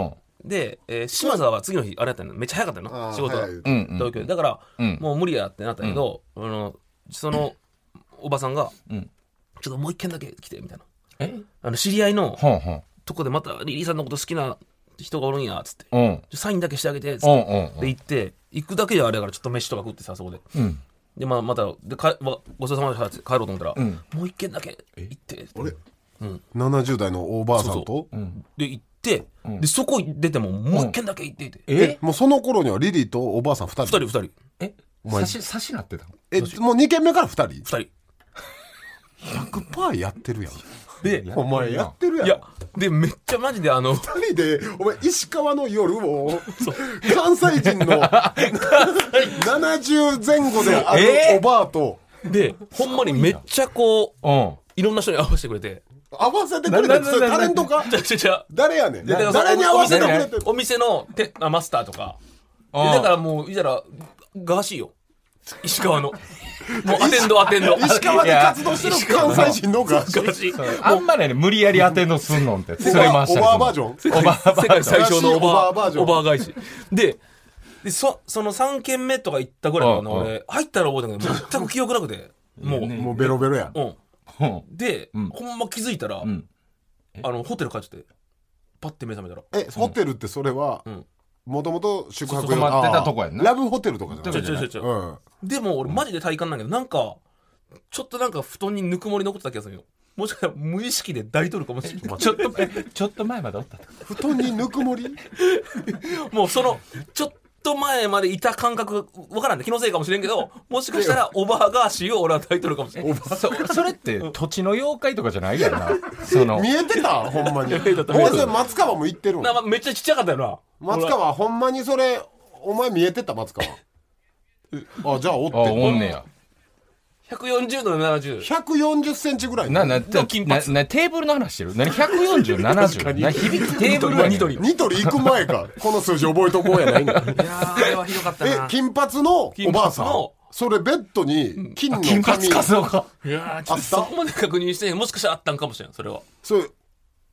Speaker 3: で、えー島沢は次の日、あれやったの、めっちゃ早かったの、
Speaker 2: あー
Speaker 3: 仕事が
Speaker 2: 早い
Speaker 5: うんうん。
Speaker 3: 東京で。だから、
Speaker 5: うん
Speaker 3: もう無理やってなったけど、あのその、おばさんが、
Speaker 5: うん
Speaker 3: ちょっともう一軒だけ来て、みたいな。
Speaker 5: え
Speaker 3: あの、知り合いの
Speaker 5: ほんほん。
Speaker 3: とこでまた、リリーさんのこと好きな人がおるんや、つって。
Speaker 5: うん。
Speaker 3: ちょサインだけしてあげて、つっ
Speaker 5: うん
Speaker 3: て。
Speaker 5: うんうん
Speaker 3: で、行って、行くだけじゃあれやから、ちょっと飯とか食ってさ、そこで。
Speaker 5: うん。
Speaker 3: で、まあ、また、で、かわごちそうさまでしたって帰ろうと思ったら、
Speaker 5: うん
Speaker 3: もう一軒だけ行って、
Speaker 2: ら70代のおばあさんと
Speaker 3: そう
Speaker 5: うん。
Speaker 3: で、行って、で、そこ出ても、もう一軒だけ行っていて。
Speaker 2: えもうその頃にはリリーとおばあさん2
Speaker 3: 二人、
Speaker 2: 人
Speaker 3: 二人、
Speaker 5: え刺し、刺しなってたの
Speaker 2: えもう2軒目から2人
Speaker 3: 二人。
Speaker 2: 100%やってるやん
Speaker 3: で、
Speaker 2: お前やってるやん
Speaker 3: いや、で、めっちゃマジで あの、
Speaker 2: 2人でお前石川の夜を関西人 の70前後であ
Speaker 5: え
Speaker 2: るお
Speaker 5: ー
Speaker 2: ばあと
Speaker 3: で、ほんまにめっちゃこう、
Speaker 5: う
Speaker 3: いろんな人に合わせてくれて。
Speaker 2: 合わせてくれて
Speaker 5: ななな
Speaker 2: それタレントか
Speaker 3: じゃじゃじゃ
Speaker 2: 誰やねん
Speaker 3: でだからその
Speaker 2: 誰に合わせてくれて
Speaker 3: お店のてあマスターとか。で
Speaker 5: ん。
Speaker 3: だからもう、いたら、ガーシーよ。石川の。もう アテンドアテンド。
Speaker 2: 石川で活動してる関西人のが
Speaker 3: ガーシー。
Speaker 5: あんまね、無理やり当てのすんのんって。
Speaker 2: お
Speaker 5: 使い
Speaker 2: ば
Speaker 5: 回した
Speaker 2: お
Speaker 5: り
Speaker 2: ばあバージョン
Speaker 3: 世界世界最小のオ
Speaker 2: ガーシーオバー
Speaker 3: バ
Speaker 2: バージョ
Speaker 3: ー、
Speaker 2: ン
Speaker 3: オバー返し。で、でそその3軒目とか行ったぐらいかな、
Speaker 5: うんうん
Speaker 3: 俺、入ったら覚えたけど、全く記憶なくて。もう、
Speaker 2: もうベロベロや
Speaker 3: うん。
Speaker 5: ョ
Speaker 3: で、
Speaker 5: うん
Speaker 3: ほんま気づいたら、
Speaker 5: ん
Speaker 3: あの、ホテル帰ってて、パッて目覚めたら、
Speaker 2: えホテルってそれは
Speaker 3: うん
Speaker 2: もともと宿泊
Speaker 5: そうそう泊まってたとこやんな
Speaker 2: あーラブホテルとかじゃ
Speaker 3: ち
Speaker 2: な
Speaker 3: ょ
Speaker 2: い
Speaker 3: ちょちょちょ、
Speaker 2: うん
Speaker 3: でも俺マジで体感なんやけど、なんか、ちょっとなんか布団にぬくもり残ってた気がするよ。もしかしたら無意識で抱いとるかもしれない。
Speaker 5: ちょっと、えちょっと前までおったってこ
Speaker 2: 布団にぬくもり
Speaker 3: もうその、ちょっと前までいた感覚、わからんね。気のせいかもしれんけど、もしかしたらオバーガーシーを俺は抱いとるかもしれん。
Speaker 5: とそ、それって土地の妖怪とかじゃないやんな。その
Speaker 2: 見、えてたほんま に
Speaker 3: えてた
Speaker 2: お前それ松川も行ってるん
Speaker 3: なまめっちゃちっちゃかったよな。
Speaker 2: 松川ほんまにそれお前見えてた松川あじゃあおって
Speaker 5: あ、おんねや。
Speaker 3: 140度の70。
Speaker 2: 140センチぐらい。
Speaker 5: な、な、な、
Speaker 3: 金
Speaker 5: な
Speaker 3: 髪
Speaker 5: なテーブルの話してる何 ?140、
Speaker 2: かに
Speaker 5: 70。な、響きテーブルやねん
Speaker 3: ニ トリ
Speaker 2: ニトリ行く前か。この数字覚えとこうやないんだ。
Speaker 3: い やー、あれはひどかった
Speaker 2: え
Speaker 3: な、。
Speaker 2: 金髪のおばあさん
Speaker 3: 金髪の。
Speaker 2: それベッドに金の
Speaker 5: 金
Speaker 2: 髪
Speaker 5: 髪。かそうか。
Speaker 3: いやー、ちょっとそこまで確認してへん、もしかしたらあったんかもしれん、それは。
Speaker 2: それ、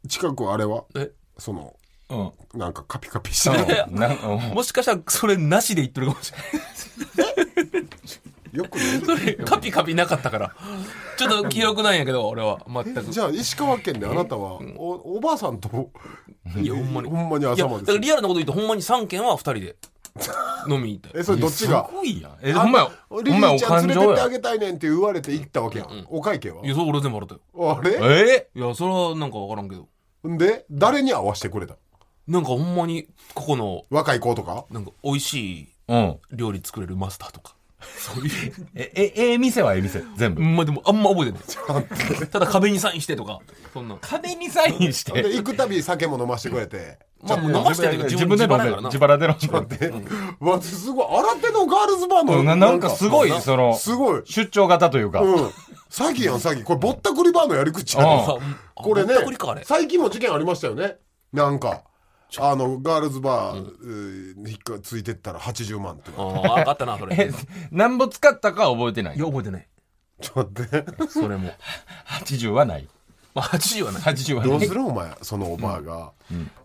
Speaker 2: 近くあれは
Speaker 3: え
Speaker 2: その、
Speaker 5: うん。
Speaker 2: なんかカピカピした の。
Speaker 3: や
Speaker 5: なうん
Speaker 3: もしかしたら、それなしで言ってるかもしれない。
Speaker 2: よくね。
Speaker 3: それ、カピカピなかったから。ちょっと記憶ないんやけど、俺は。全く。
Speaker 2: じゃあ、石川県であなたは、おおばあさんと、
Speaker 3: いや、ほんまに。
Speaker 2: ほんまに
Speaker 3: いや、
Speaker 2: 朝まで
Speaker 3: だか
Speaker 2: す
Speaker 3: ら
Speaker 2: る。
Speaker 3: リアルなこと言うと、ほんまに3軒は2人で飲みに行ったよ。。
Speaker 2: え、それどっちが
Speaker 5: すごいやん。え、ほんまや、ほ
Speaker 2: リ
Speaker 5: ん
Speaker 2: リ
Speaker 5: まや
Speaker 2: ー
Speaker 5: お
Speaker 2: ちゃん
Speaker 5: 感
Speaker 2: 連れて
Speaker 5: 情
Speaker 2: ってあ
Speaker 5: や。
Speaker 2: げたいねんって言われて行ったわけやん。お会計はい
Speaker 3: や、そう俺全部払ったよ。
Speaker 2: あれ
Speaker 5: え
Speaker 3: いや、それはなんかわからんけど。
Speaker 2: んで、誰に合わせてくれた
Speaker 3: なんかほんまに、ここの、
Speaker 2: 若い子とか
Speaker 3: なんか美味しい
Speaker 5: うん。
Speaker 3: 料理作れるマスターとか。そういう。
Speaker 5: え、え、ええ店はええ店。全
Speaker 3: う
Speaker 5: 部。
Speaker 3: んまあでもあんま覚えて ない。ただ壁にサインしてとか、そんなん。
Speaker 5: 壁にサインし
Speaker 2: で。行くたび酒も飲ましてくれて。
Speaker 3: まあもう飲ましてるけど
Speaker 5: 自
Speaker 3: 自
Speaker 5: 分
Speaker 3: 分
Speaker 5: で
Speaker 3: で飲ん
Speaker 5: 飲んで
Speaker 3: で
Speaker 5: る
Speaker 3: る。
Speaker 5: 自腹で飲んでる。
Speaker 2: で、わ、すごい、新手のガールズバーの。
Speaker 5: ななんかすごい、その、
Speaker 2: すごい。
Speaker 5: 出張型 というか。
Speaker 2: うん。詐欺やん、詐欺。これ、ぼったくりバーのやり口や
Speaker 5: うん
Speaker 2: ん。
Speaker 3: さ
Speaker 2: これね
Speaker 3: ぼったくりかあれ、
Speaker 2: 最近も事件ありましたよね。なんか、あの、ガールズバーについてったら80万と
Speaker 3: あ
Speaker 2: か。
Speaker 3: ーああったな、 それ。
Speaker 5: え、なんぼ使ったかは覚えてない
Speaker 3: い。や、覚えてない。
Speaker 2: ちょっと待って。
Speaker 3: そ れも。
Speaker 5: 80はない。
Speaker 3: まあ、80はない。
Speaker 5: 80 は
Speaker 2: どう
Speaker 5: な
Speaker 2: す
Speaker 5: い。
Speaker 2: るお前、そのおばあが、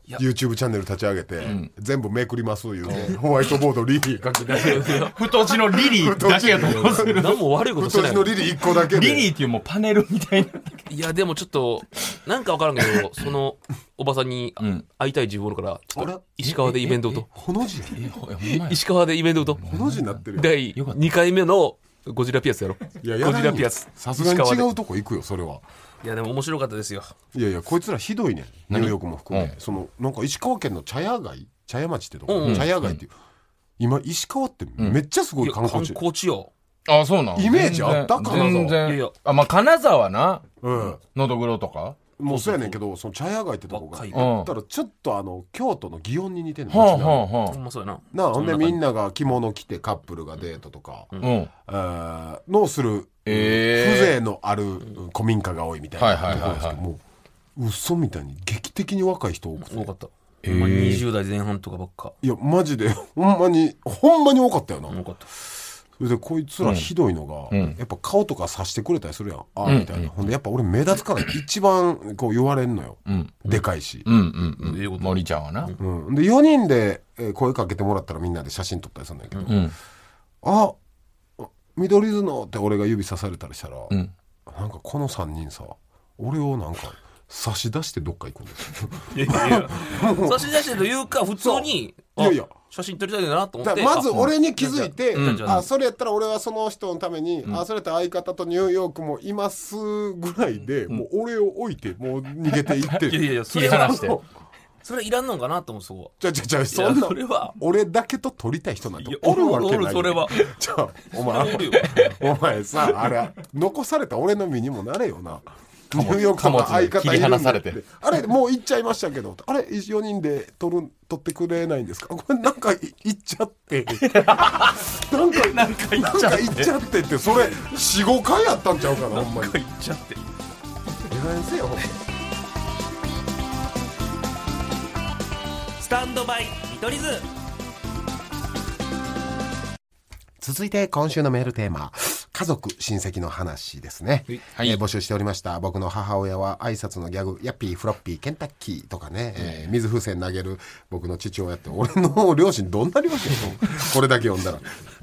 Speaker 2: YouTube チャンネル立ち上げて、全部めくります言うて、ホワイトボードリリー書き出して、
Speaker 5: 太字のリリーだけやと思う。
Speaker 3: 何も悪いことして
Speaker 2: 太
Speaker 3: な
Speaker 2: 字の
Speaker 3: い。
Speaker 2: リリー1個だけで。
Speaker 5: リリーっていうもうパネルみたいな。
Speaker 3: いや、でもちょっと、なんかわからんけど、その、おばさんに
Speaker 5: ん
Speaker 3: 会いたい自分おるから、ちょっ
Speaker 2: あれ
Speaker 3: と、石川でイベントをと。
Speaker 2: ほの字やん
Speaker 5: ほんまや
Speaker 3: 石川でイベントをと。
Speaker 2: ほの字になってるやん
Speaker 3: 第
Speaker 5: よかった
Speaker 3: 2回目のゴジラピアスやろ。
Speaker 2: いや、や
Speaker 3: ゴジ
Speaker 2: ら
Speaker 3: ラ
Speaker 2: ん
Speaker 3: ピア
Speaker 2: よ
Speaker 3: ス。
Speaker 2: さすがに
Speaker 3: 石川で
Speaker 2: 違うとこ行くよ、それは。
Speaker 3: いや、でも面白かったですよ。
Speaker 2: いやいや、こいつらひどいねん。ニューヨークも含め
Speaker 5: う。ん
Speaker 2: その、なんか石川県の茶屋街茶屋町ってと
Speaker 3: うん
Speaker 2: こ
Speaker 3: うん
Speaker 2: 茶屋街っていう。今、石川ってめっちゃすご
Speaker 3: い
Speaker 2: い
Speaker 3: や
Speaker 2: 観
Speaker 3: 観
Speaker 2: 光地。
Speaker 3: 光地よ。
Speaker 5: あ、そうなん
Speaker 2: イメージあった
Speaker 5: 全然
Speaker 2: 金沢
Speaker 5: 全然
Speaker 3: いやいや
Speaker 5: あ、まあ、金沢な。
Speaker 2: うん。
Speaker 5: のどぐろとか。
Speaker 2: もうそうやねんけど、その茶屋街ってとこが。
Speaker 3: 若い
Speaker 2: 行ったら、ちょっとあの、京都の祇園に似てんの。
Speaker 5: はあ
Speaker 2: 街並み
Speaker 5: は
Speaker 3: ほんまそうやな。
Speaker 2: なあ、ほんで
Speaker 3: そ中
Speaker 2: み
Speaker 3: に
Speaker 2: んなが着物着てカップルがデートとか、
Speaker 5: あはあ。うん。
Speaker 2: えーのをする、
Speaker 5: えー
Speaker 2: 風情のある古民家が多いみたい
Speaker 5: は
Speaker 2: ない
Speaker 5: はいはい
Speaker 2: ところ
Speaker 5: はい
Speaker 2: ですけども、嘘みたいに劇的に若い人多くて。
Speaker 3: 多かった。ほんま20代前半とかばっか。
Speaker 2: いや、マジで、 ほんまに、ほんまに多かったよな。
Speaker 3: 多かった。
Speaker 2: それで、こいつらひどいのが、
Speaker 5: ん
Speaker 2: やっぱ顔とかさしてくれたりするやん。ああ、みたいな。ほんで、やっぱ俺目立つから一番こう言われんのよ。
Speaker 5: ん
Speaker 2: でかいし。
Speaker 5: うんうん
Speaker 3: ええ
Speaker 5: う
Speaker 3: こ
Speaker 5: ん。
Speaker 3: と
Speaker 5: 森ちゃんはな。
Speaker 2: うん。で、4人でえー声かけてもらったらみんなで写真撮ったりするんだけど、
Speaker 5: うん。
Speaker 2: あ、緑頭のって俺が指さされたりしたら、
Speaker 5: ん
Speaker 2: なんかこの3人さ、俺をなんか差し出してどっか行くんですよ。
Speaker 3: 差し出してというか、普通に、
Speaker 2: そういやいや
Speaker 3: あ写真撮りたいんだなと思
Speaker 2: だ
Speaker 3: っ
Speaker 2: か
Speaker 3: て。
Speaker 2: らまず
Speaker 3: あ
Speaker 2: 俺に気づいて、
Speaker 3: うん
Speaker 2: あそれやったら俺はその人のために、あそれやったら相方とニューヨークもいますぐらいで、もう俺を置いてもう逃げていっ
Speaker 3: いやい
Speaker 2: て
Speaker 3: やいや、そ
Speaker 5: 切り
Speaker 3: れは
Speaker 5: 離、して。
Speaker 3: それいらんのかなと思う、そこ
Speaker 2: じゃじゃじゃ
Speaker 3: は。
Speaker 2: そ
Speaker 3: い
Speaker 2: ん
Speaker 3: や
Speaker 2: な
Speaker 3: それは。
Speaker 2: 俺だけと撮りたい人なん
Speaker 3: い
Speaker 2: て
Speaker 3: や
Speaker 2: おるわけ
Speaker 3: おるお
Speaker 2: ない
Speaker 3: るそれは
Speaker 2: じゃあお前
Speaker 3: それは
Speaker 2: お前さあれ残された俺の身にもなれよなニューヨークの相
Speaker 5: 貨
Speaker 2: 方い
Speaker 5: 物に切り
Speaker 2: るん
Speaker 5: 離
Speaker 2: だ
Speaker 5: さ
Speaker 2: っ
Speaker 5: れ
Speaker 2: て
Speaker 5: て
Speaker 2: あれもう行っちゃいましたけどあれ4人で撮る撮ってくれないんですかこれなんかい行っちゃってなんかなんか行っちゃってってそれ45回やったんちゃうかなほんまに
Speaker 3: 行っちゃって。
Speaker 2: えらいせえよほんま
Speaker 3: スタンドバイ、見取り図。
Speaker 2: 続いて今週のメールテーマ家族親戚の話ですね、
Speaker 5: はい
Speaker 2: えー募集しておりました僕の母親は挨拶のギャグヤッピーフロッピーケンタッキーとかね、えー水風船投げる僕の父親って俺の両親どんな両親やと これだけ読んだら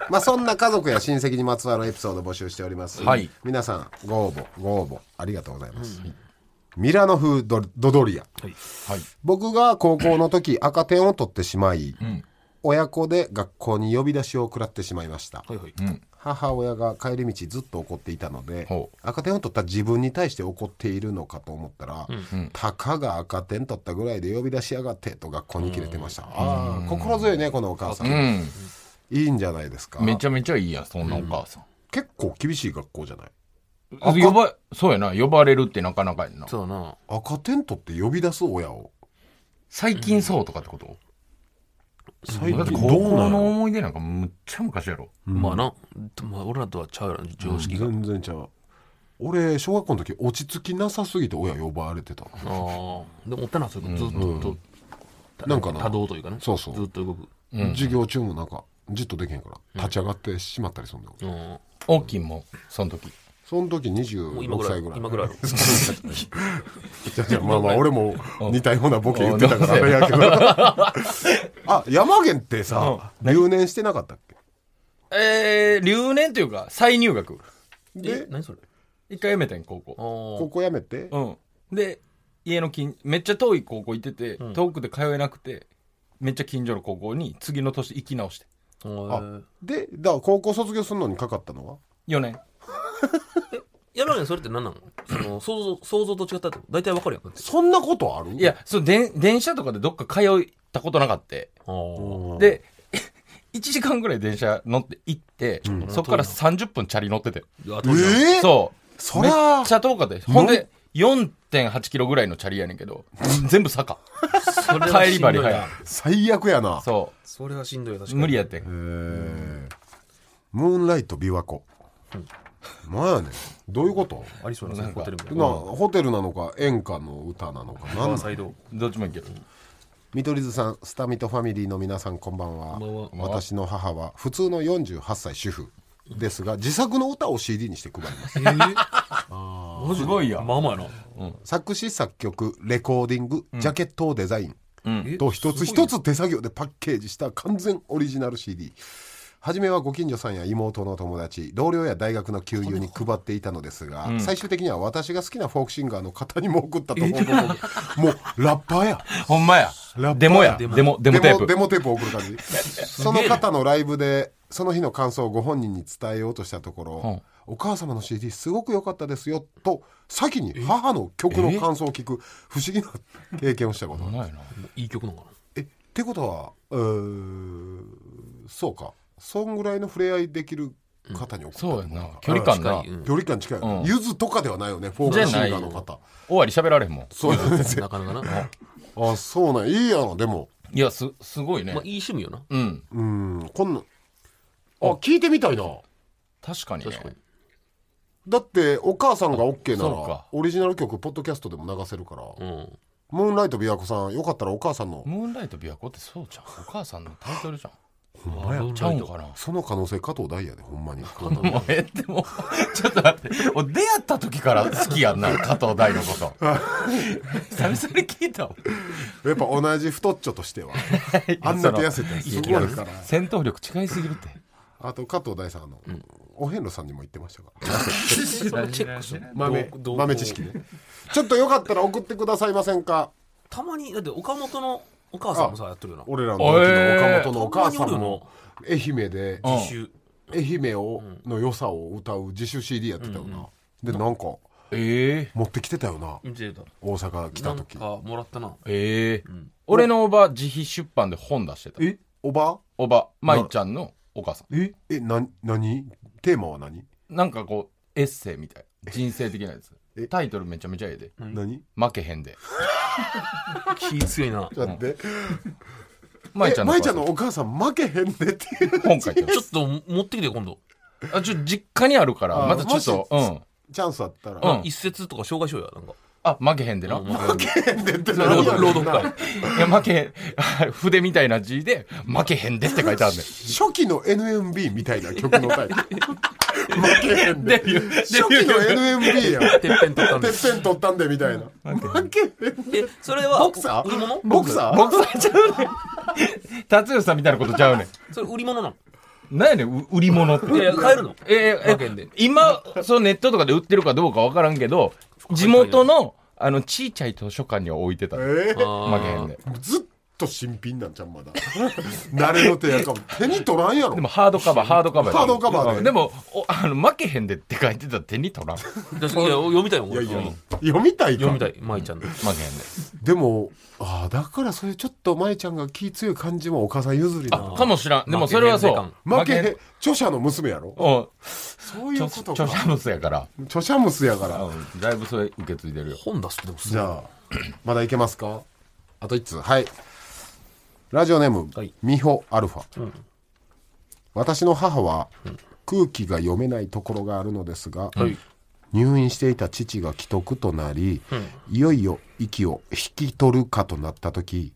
Speaker 2: まあそんな家族や親戚にまつわるエピソード募集しております、
Speaker 5: はい
Speaker 2: 皆さんご応募ご応募ありがとうございます、ミラノ風ドドドリア
Speaker 5: はい。
Speaker 2: 僕が高校の時赤点を取ってしまい、親子で学校に呼び出しを食らってしまいました、
Speaker 3: はいはい。
Speaker 2: 母親が帰り道ずっと怒っていたので
Speaker 5: ほ
Speaker 2: 赤点を取った自分に対して怒っているのかと思ったら、たかが赤点取ったぐらいで呼び出しやがってと学校に切れてました、ああ心強いねこのお母さん、
Speaker 5: うん。
Speaker 2: いいんじゃないですか
Speaker 5: めちゃめちゃいいやん、そんなお母さん。
Speaker 2: 結構厳しい学校じゃない
Speaker 5: あ呼ば、そうやな。呼ばれるってなかなかやんな。
Speaker 3: そうだな。
Speaker 2: 赤点取って呼び出す親を
Speaker 5: 最近そうとかってこと
Speaker 2: 最
Speaker 5: だって
Speaker 2: 近
Speaker 5: 高
Speaker 2: どうな
Speaker 5: 校の
Speaker 2: の
Speaker 5: 思い出なんかむっちゃ昔やろ。
Speaker 3: まあな、まあ、俺らとはちゃうやろ常識が、
Speaker 2: 全然ちゃう俺小学校の時落ち着きなさすぎて親呼ばれてた
Speaker 3: ああでもおったなそれずっと、ずっと
Speaker 2: なんかな
Speaker 3: 多動というかね
Speaker 2: そうそう
Speaker 3: ずっと動く
Speaker 2: 授業中もなんかじっとできへんから立ち上がってしまったりするんだよ、
Speaker 3: うん
Speaker 5: 大きいもん、その時。
Speaker 2: その時
Speaker 3: もう
Speaker 2: 26
Speaker 3: 今ぐら
Speaker 2: 歳
Speaker 3: い
Speaker 2: ぐらい
Speaker 3: 今ぐらいや ろ
Speaker 2: じゃじゃまあまあ俺も似たようなボケ言ってたからあれやけどあ山源ってさ留年してなかったっけ
Speaker 5: えー、留年というか、再入学。
Speaker 3: え
Speaker 2: で
Speaker 3: 何それ
Speaker 5: 一回やめたん、高校。
Speaker 3: あ
Speaker 2: ここやめて
Speaker 5: うん。で、家の近、めっちゃ遠い高校行ってて、遠くで通えなくて、めっちゃ近所の高校に次の年行き直して。
Speaker 3: あ
Speaker 2: あでだから高校卒業するのにかかったのは
Speaker 5: 4年。
Speaker 3: 山根それって何なのその想像想像と違ったってこと大体わかるやんだって
Speaker 2: そんなことある
Speaker 5: いや、そう、でん電車とかでどっか通ったことなかった。
Speaker 3: あー
Speaker 5: で、1時間ぐらい電車乗って行って、そこから30分チャリ乗ってて。
Speaker 3: うわ
Speaker 2: え
Speaker 3: 遠いな
Speaker 2: ー、
Speaker 5: そう。
Speaker 2: そりゃ
Speaker 5: めっちゃ遠かったです。ほんで、4.8キロぐらいのチャリやねんけど、全部坂。
Speaker 3: それは
Speaker 5: 帰
Speaker 3: し
Speaker 5: り張り
Speaker 3: んどいな
Speaker 5: 早い。
Speaker 2: 最悪やな
Speaker 5: そ
Speaker 3: それはしんどいよ確
Speaker 5: う。
Speaker 3: かに
Speaker 5: 無理やってん。
Speaker 2: ムーンライト琵琶湖なんやねんどういうこと
Speaker 3: ありそうなホテルみたい
Speaker 2: な
Speaker 3: な
Speaker 2: ホテルなのか演歌の歌なのかなん
Speaker 3: あ
Speaker 2: なん
Speaker 3: サイド
Speaker 5: どっちもいける。
Speaker 2: 見取り図さんスタミトファミリーの皆さんこんばんは
Speaker 3: こんばんは
Speaker 2: 私の母は普通の48歳主婦ですが自作の歌を CD にして配ります
Speaker 5: すごいやん。
Speaker 3: まあまあやな
Speaker 2: 作詞作曲レコーディングジャケットをデザイン、
Speaker 3: え
Speaker 2: と一つ一つ手作業でパッケージした完全オリジナル CD 初めはご近所さんや妹の友達同僚や大学の給油に配っていたのですが、最終的には私が好きなフォークシンガーの方にも送ったと思うもうラッパーや
Speaker 5: ほんまや
Speaker 2: ラッパーや。
Speaker 5: デモや。デモ、デモテー
Speaker 2: デ
Speaker 5: プ。
Speaker 2: モテープを送る感 じその方のライブでその日の感想をご本人に伝えようとしたところ、お母様の CD すごく良かったですよと先に母の曲の感想を聞く不思議な経験をしたことがある
Speaker 5: ないない
Speaker 3: い曲なのか
Speaker 2: えってことはうーそうかそんぐらいの触れ合いできる方に送った
Speaker 5: そう
Speaker 2: って
Speaker 5: や
Speaker 2: こと
Speaker 5: な
Speaker 2: か。
Speaker 5: 距離感な。
Speaker 3: 近いうん
Speaker 2: 距離感近いよね
Speaker 5: うん
Speaker 2: ゆずとかではないよねフォークシンガーの方
Speaker 5: 終わり喋られへんもん。
Speaker 2: そうなんです
Speaker 3: な
Speaker 2: よ
Speaker 3: なかなかなま
Speaker 2: あそうなんいいやろでも
Speaker 5: いや、す、すごいね
Speaker 3: あ。いい趣味よな
Speaker 5: うん。
Speaker 2: うんこんなんあ聞いてみたいな
Speaker 5: 確かにね
Speaker 3: 確かに
Speaker 2: だってお母さんが OK な
Speaker 5: そう
Speaker 2: ら
Speaker 5: か
Speaker 2: オリジナル曲ポッドキャストでも流せるから「
Speaker 3: うん
Speaker 2: ムーンライト琵琶湖さんよかったらお母さんの
Speaker 5: ムーンライト琵琶湖ってそうじゃん。お母さんのタイトルじゃん。
Speaker 3: まあ
Speaker 5: ちゃうんかな。
Speaker 2: その可能性加藤大也でほんまに
Speaker 5: もうえでもちょっと待って俺出会った時から好きやんな加藤大のこと 久々に聞いたわ
Speaker 2: やっぱ同じ太っちょとしてはあんな手痩せてすごいから
Speaker 5: 戦闘力違いすぎるって
Speaker 2: あと加藤大さんあの、お遍路さんにも言ってましたから
Speaker 3: それチェックする
Speaker 2: 豆
Speaker 3: どうどう
Speaker 2: 豆知識ねちょっとよかったら送ってくださいませんか
Speaker 3: たまにだって岡本のお母さんもさやってるよな
Speaker 2: 俺らの同期の岡本のお母さん
Speaker 3: たまにおる
Speaker 2: も愛媛で
Speaker 5: ん
Speaker 3: 自習
Speaker 2: 愛媛をの良さを歌う自主 CD やってたよな、でなんか
Speaker 5: え
Speaker 2: 持ってきてたよな
Speaker 3: 見てた
Speaker 2: 大阪来
Speaker 3: な
Speaker 2: た
Speaker 3: ん
Speaker 2: 時
Speaker 3: かもらったな
Speaker 5: えええ俺のおば自費出版で本出してた
Speaker 2: えおば
Speaker 5: おば舞ちゃんのお母さん
Speaker 2: ええな何テーマは何
Speaker 5: なんかこうエッセイみたいな人生的なやつ
Speaker 2: え
Speaker 5: タイトルめちゃめちゃええで
Speaker 2: 何
Speaker 5: 負けへんで
Speaker 3: 気強いな
Speaker 2: ちょっと待って
Speaker 5: 舞
Speaker 2: え
Speaker 5: ちゃんの
Speaker 2: 舞
Speaker 5: お
Speaker 2: ちゃん
Speaker 5: 母さ
Speaker 2: の
Speaker 5: ん
Speaker 2: お母さん負けへんでっていう
Speaker 5: 本書いてる
Speaker 3: ちょっと持ってきてよ今度
Speaker 5: あちょ実家にあるから
Speaker 2: あ
Speaker 5: またちょっと
Speaker 2: も
Speaker 5: う
Speaker 2: し
Speaker 5: ん
Speaker 2: チャンスあったら、
Speaker 5: うん
Speaker 3: 一節とか紹介しようやなんか
Speaker 5: あ負けへんでな
Speaker 3: うん
Speaker 2: ってな
Speaker 3: 朗
Speaker 2: るや
Speaker 3: 読
Speaker 2: ん
Speaker 3: 朗読会
Speaker 5: いや負けへ ん筆みたいな字で負けへんでって書いてあるんで
Speaker 2: 初期の NMB みたいな曲のタイトル負けへんで初期の NMB やんて
Speaker 3: てっぺん取ったんで
Speaker 2: っ ぺん取ったんでみたいな負けへん
Speaker 3: でそれは
Speaker 2: ボクサー
Speaker 3: 売り物
Speaker 2: ボクサー
Speaker 5: 僕さんちゃうねん達代さんみたいなことちゃうね
Speaker 3: それ売り物なの
Speaker 5: んなんやねんう売り物って
Speaker 3: いやいや買えるの
Speaker 5: えーえ
Speaker 3: 負けんで
Speaker 5: 今そのネットとかで売ってるかどうか分からんけど地元のあのちいちゃい図書館には置いてたの負
Speaker 2: えー
Speaker 5: けへんで
Speaker 2: ずっと新品なんちゃんまだ慣れの手やかも手に取らんやろ
Speaker 5: でもハードカバーハードカバーや
Speaker 2: ハードカバーで
Speaker 5: うんでもおあの負けへんでって書いてたら手に取らん負
Speaker 3: 確かにいや読みたいもん
Speaker 2: いやいや
Speaker 3: うん
Speaker 2: 読みたいか
Speaker 3: 読みたい舞ちゃんの
Speaker 5: けへんで
Speaker 2: でもああだからそれちょっと舞ちゃんが気強い感じもお母さん譲りなの
Speaker 5: かもしらんでもそれはそ
Speaker 3: 負けへ
Speaker 2: 負
Speaker 3: んで
Speaker 5: う
Speaker 2: けへん著者の娘やろ
Speaker 5: うん
Speaker 2: そういうことか
Speaker 5: 著者物やから
Speaker 2: 著者娘やから
Speaker 5: うんだいぶそれ受け継いでるよ
Speaker 3: 本出すってでもす
Speaker 2: じ
Speaker 3: ごい
Speaker 2: ゃあまだいけますかあと1通はいラジオネーム、
Speaker 3: はい
Speaker 2: ミホアルファ、私の母は空気が読めないところがあるのですが、入院していた父が危篤となり、いよいよ息を引き取るかとなった時、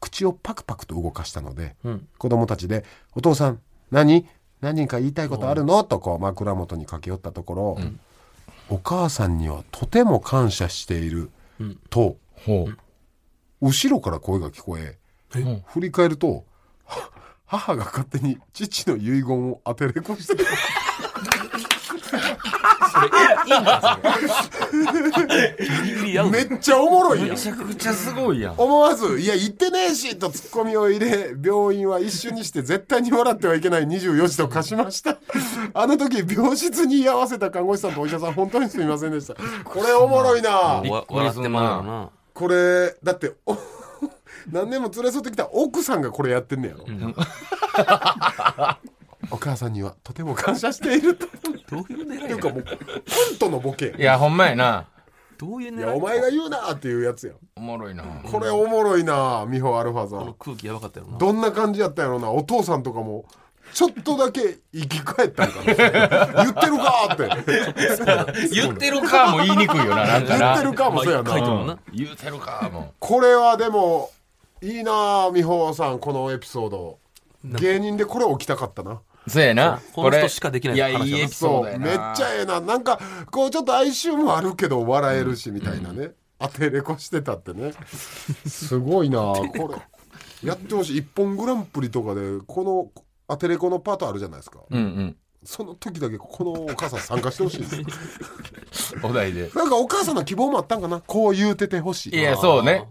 Speaker 2: 口をパクパクと動かしたので、子供たちで「お父さん何何人か言いたいことあるの?」とこう枕元に駆け寄ったところ、お母さんにはとても感謝している」と、
Speaker 5: ほう。
Speaker 2: 後ろから声が聞こえ振り返るとは母が勝手に父の遺言を当てれこ してた
Speaker 3: それ、いいんだ、それ。ギリギリ合う
Speaker 2: めっちゃおもろいやん
Speaker 5: めちゃくちゃすごいやん。
Speaker 2: 思わず「いや言ってねえし」とツッコミを入れ病院は一瞬にして絶対に笑ってはいけない24時と化しましたあの時病室に居合わせた看護師さんとお医者さん本当にすみませんでしたこれおもろいな
Speaker 3: わ笑ってまうよな。
Speaker 2: これだってお 何年も連れ添ってきた奥さんがこれやってんねやろ、 お母さんにはとても感謝していると
Speaker 3: どういう
Speaker 2: ってい
Speaker 3: 狙
Speaker 2: う
Speaker 3: い
Speaker 2: か
Speaker 3: か
Speaker 2: もうコントのボケやん
Speaker 5: いや、ほんまやな。
Speaker 3: どういう
Speaker 2: い
Speaker 3: 狙
Speaker 2: や
Speaker 3: い
Speaker 2: お前が言うなっていうやつやん
Speaker 5: おもろいな。
Speaker 2: これおもろいなミホアルファさ
Speaker 3: この
Speaker 2: ん
Speaker 3: 空気やばかったよな。
Speaker 2: どんな感じやったんやろなお父さんとかもちょっとだけ生き返ったんか な言ってるかーって
Speaker 5: 言ってるかも言いにくいよな、なんか
Speaker 2: 言
Speaker 5: な。
Speaker 2: ってるかもそうや
Speaker 3: まあ書いて
Speaker 2: な
Speaker 3: もな。
Speaker 5: 言うてるかも。
Speaker 2: これはでもいいなミホさんこのエピソード芸人でこれ起きたかったな
Speaker 5: そうやな。
Speaker 3: この人しかできない
Speaker 5: いや、
Speaker 3: 話だない
Speaker 5: いエピ
Speaker 2: そ
Speaker 5: ソード
Speaker 2: う
Speaker 5: やな。
Speaker 2: めっちゃええななんかこうちょっと哀愁もあるけど笑えるしみたいなね、当てれこしてたってねすごいなこれやってほしい「一本グランプリ」とかでこの当てれこのパートあるじゃないですか、
Speaker 5: うん
Speaker 2: その時だけこのお母さん参加してほしいです
Speaker 5: うん。お題で。
Speaker 2: なんかお母さんの希望もあったんかなこう言うててほしい
Speaker 5: いや、そうね。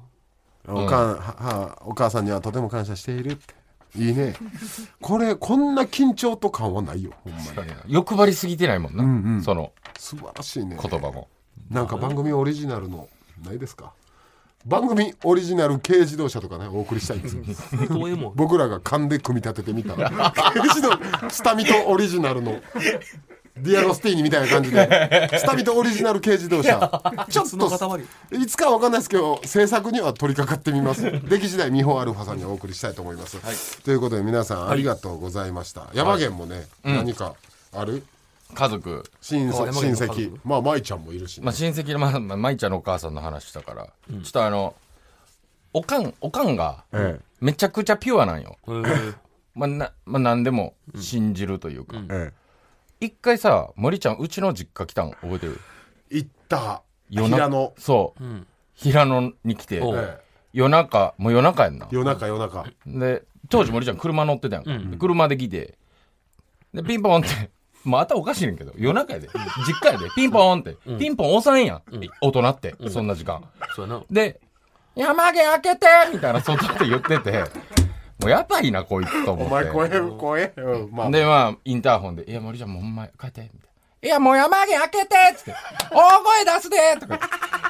Speaker 2: おかんははお母さんにはとても感謝しているっていいねこれこんな緊張と感はないよほんまに
Speaker 5: 欲張りすぎてないもんな。
Speaker 2: うんうん
Speaker 5: その
Speaker 2: 素晴らしいね
Speaker 5: 言葉も。
Speaker 2: なんか番組オリジナルのないですか番組オリジナル軽自動車とかねお送りしたいんですよ
Speaker 3: どういうもん。
Speaker 2: 僕らが勘で組み立ててみた軽自動スタミトオリジナルのディアロスティーニみたいな感じでスタミトオリジナル軽自動 車ちょっ
Speaker 3: その塊。
Speaker 2: といつかは分かんないですけど制作には取り掛かってみます出来次第美穂アルファさんにお送りしたいと思います、ということで皆さんありがとうございました、山源もね、何かある
Speaker 5: 家族。
Speaker 2: 親
Speaker 3: あ山
Speaker 2: 戚親
Speaker 3: 源の家族
Speaker 2: 戚まあ舞ちゃんもいるしね、
Speaker 5: まあ、親戚の、まあ、まあ舞ちゃんのお母さんの話したから、ちょっとあの、おかん、おかんが、
Speaker 2: え
Speaker 5: めちゃくちゃピュアなんよ。
Speaker 3: えー
Speaker 5: まあ、な、まあ、何でも信じるというか。
Speaker 2: えええ
Speaker 5: 一回さ、森ちゃん、うちの実家来たん覚えてる
Speaker 2: 行った
Speaker 5: 夜な
Speaker 2: 平野
Speaker 5: そう。
Speaker 3: うん。
Speaker 5: 平野に来て、
Speaker 3: おう
Speaker 2: ええ
Speaker 5: 夜中、もう夜中やんな。
Speaker 2: 夜中夜中
Speaker 5: で、当時森ちゃん車乗ってたやんか。
Speaker 3: うん
Speaker 5: で車で来て、で、ピンポンって、まあ、頭おかしいねんけど、夜中やで、実家やで、ピンポンって、ピンポン押さんやん。大人って、そんな時間。
Speaker 3: そうやな。
Speaker 5: で、山毛開けてみたいな、外で言ってて、もうやばいな、こいつと思
Speaker 2: お
Speaker 5: っ
Speaker 2: 前
Speaker 5: て。
Speaker 2: 怖え 怖えうんまあ
Speaker 5: で、まあ、インターホンで、いや、森ちゃん、もうほんま、帰って、みたいな。いや、もう山毛開けてっつって、 大声出すでとか、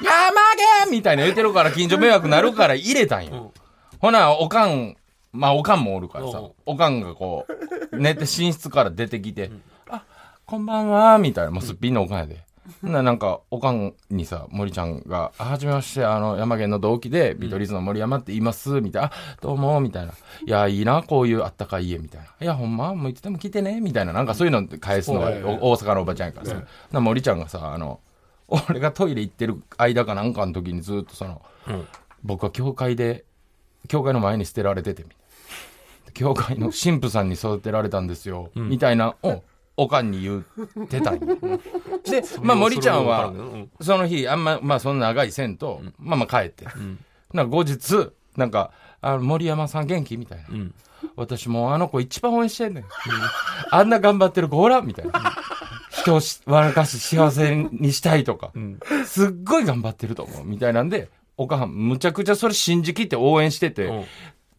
Speaker 5: 山毛みたいな言ってるから、近所迷惑なるから入れたんよ。ほな、おかん、まあ、おかんもおるからさ
Speaker 3: うん、
Speaker 5: おかんがこう、寝て寝室から出てきて、あ、こんばんは、みたいな、もうすっぴんのおかんやで。ほんならなんか、おかんにさ、森ちゃんが、あ、はじめまして、あの、山毛の同期で、ビートリーズの森山って言います、みたいな、あ、どうも、みたいな。いや、いいな、こういうあったかい家、みたいな。いや、ほんま、もういつでも来てね、みたいな、なんかそういうの返すのが、お大阪のおばちゃんやからさ。ほんなら森ちゃんがさ、あの、俺がトイレ行ってる間かなんかの時にずっとその、僕は教会で、教会の前に捨てられてて、みたいな。教会の神父さんに育てられたんですよ、みたいなをおかんに言ってたん よで、 まあ、森ちゃん
Speaker 3: それ
Speaker 5: は
Speaker 3: も分からんけどうん
Speaker 5: その日あんま、まあ、その長い線と、まあまあ帰って、なんか後日なんかあ森山さん元気みたいな、私もうあの子一番応援してんねん、あんな頑張ってる子おらんみたいな人をし笑かし幸せにしたいとか、すっごい頑張ってると思うみたいなんでおかんむちゃくちゃそれ信じきって応援してて、
Speaker 3: うん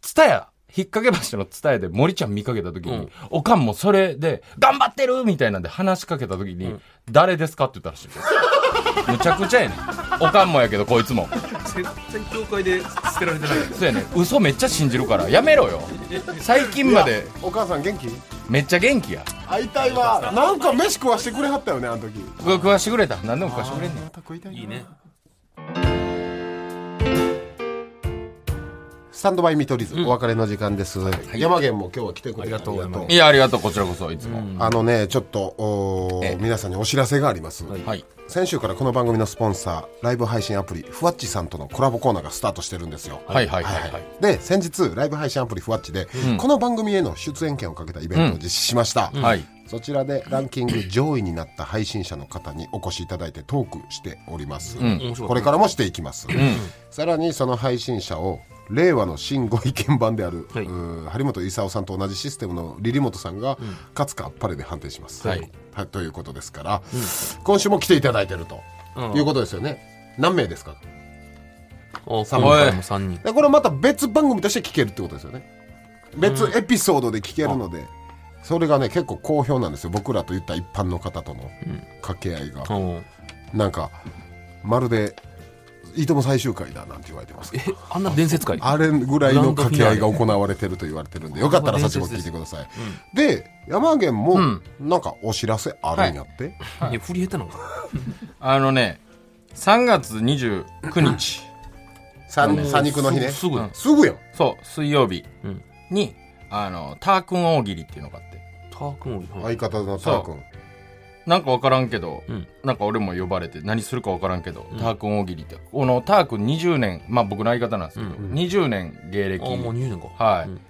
Speaker 5: ツタヤ、引っ掛け橋のツタヤで森ちゃん見かけた時に、おかんもそれで、頑張ってるみたいなんで話しかけた時に、誰ですかって言ったらしいです。むちゃくちゃやねん。おかんもやけど、こいつも。
Speaker 3: 絶対教会で捨てられてない。
Speaker 5: そうやねん。嘘めっちゃ信じるから、やめろよ。最近まで、
Speaker 2: お母さん元気
Speaker 5: めっちゃ元気や。
Speaker 2: 会いたいわなんか飯食わしてくれはったよねあの時
Speaker 5: 僕が食わしてくれた。何でも食わしてくれんねん。
Speaker 2: また食いたいない
Speaker 3: いね。
Speaker 2: スタンドバイ見取り図、お別れの時間です、山源も今日は来てくれてありがとう
Speaker 5: いや、ありがとう、こちらこそ、いつも。
Speaker 2: あのねちょっとおー皆さんにお知らせがあります、
Speaker 5: はい。
Speaker 2: 先週からこの番組のスポンサーライブ配信アプリふわっちさんとのコラボコーナーがスタートしてるんですよ
Speaker 5: はいはいはいはい
Speaker 2: で先日ライブ配信アプリふわっちで、この番組への出演権をかけたイベントを実施しました、
Speaker 5: はい。
Speaker 2: そちらでランキング上位になった配信者の方にお越しいただいてトークしております、これからもしていきます、さらにその配信者を令和の新ご意見版である、
Speaker 3: はいう
Speaker 2: ー張本勲さんと同じシステムのリリモトさんが、勝つかあっぱれで判定します、
Speaker 5: はい
Speaker 2: はいということですから、今週も来ていただいてると、いうことですよね何名ですか
Speaker 3: お
Speaker 5: ん
Speaker 3: 三人も三人。
Speaker 2: でこれまた別番組として聞けるってことですよね別エピソードで聞けるので、それがね結構好評なんですよ僕らといった一般の方との掛け合いが、
Speaker 3: お
Speaker 2: なんかまるで「いいとも最終回だ」なんて言われてますけ
Speaker 3: え
Speaker 2: ど、
Speaker 3: あんな伝説会。
Speaker 2: あれぐらいの掛け合いが行われてると言われてるんでよかったらそっちも聞いてください、で山源もなんかお知らせあるんやって、
Speaker 3: ね振り下手なのかな。
Speaker 5: あのね、3月29日、
Speaker 2: 三三肉の日ね
Speaker 3: すぐすぐやん
Speaker 2: すぐやん
Speaker 5: そう、水曜日
Speaker 3: うん
Speaker 5: に、あの、タークン大喜利っていうのがあって、
Speaker 3: タークン
Speaker 2: 相方のター君
Speaker 5: なんかわからんけど、
Speaker 3: うん
Speaker 5: なんか俺も呼ばれて何するかわからんけど、タークン大喜利ってこのタークン20年まあ僕の相方なんですけど、20年芸歴
Speaker 3: あもう入年か。
Speaker 5: はい
Speaker 3: うん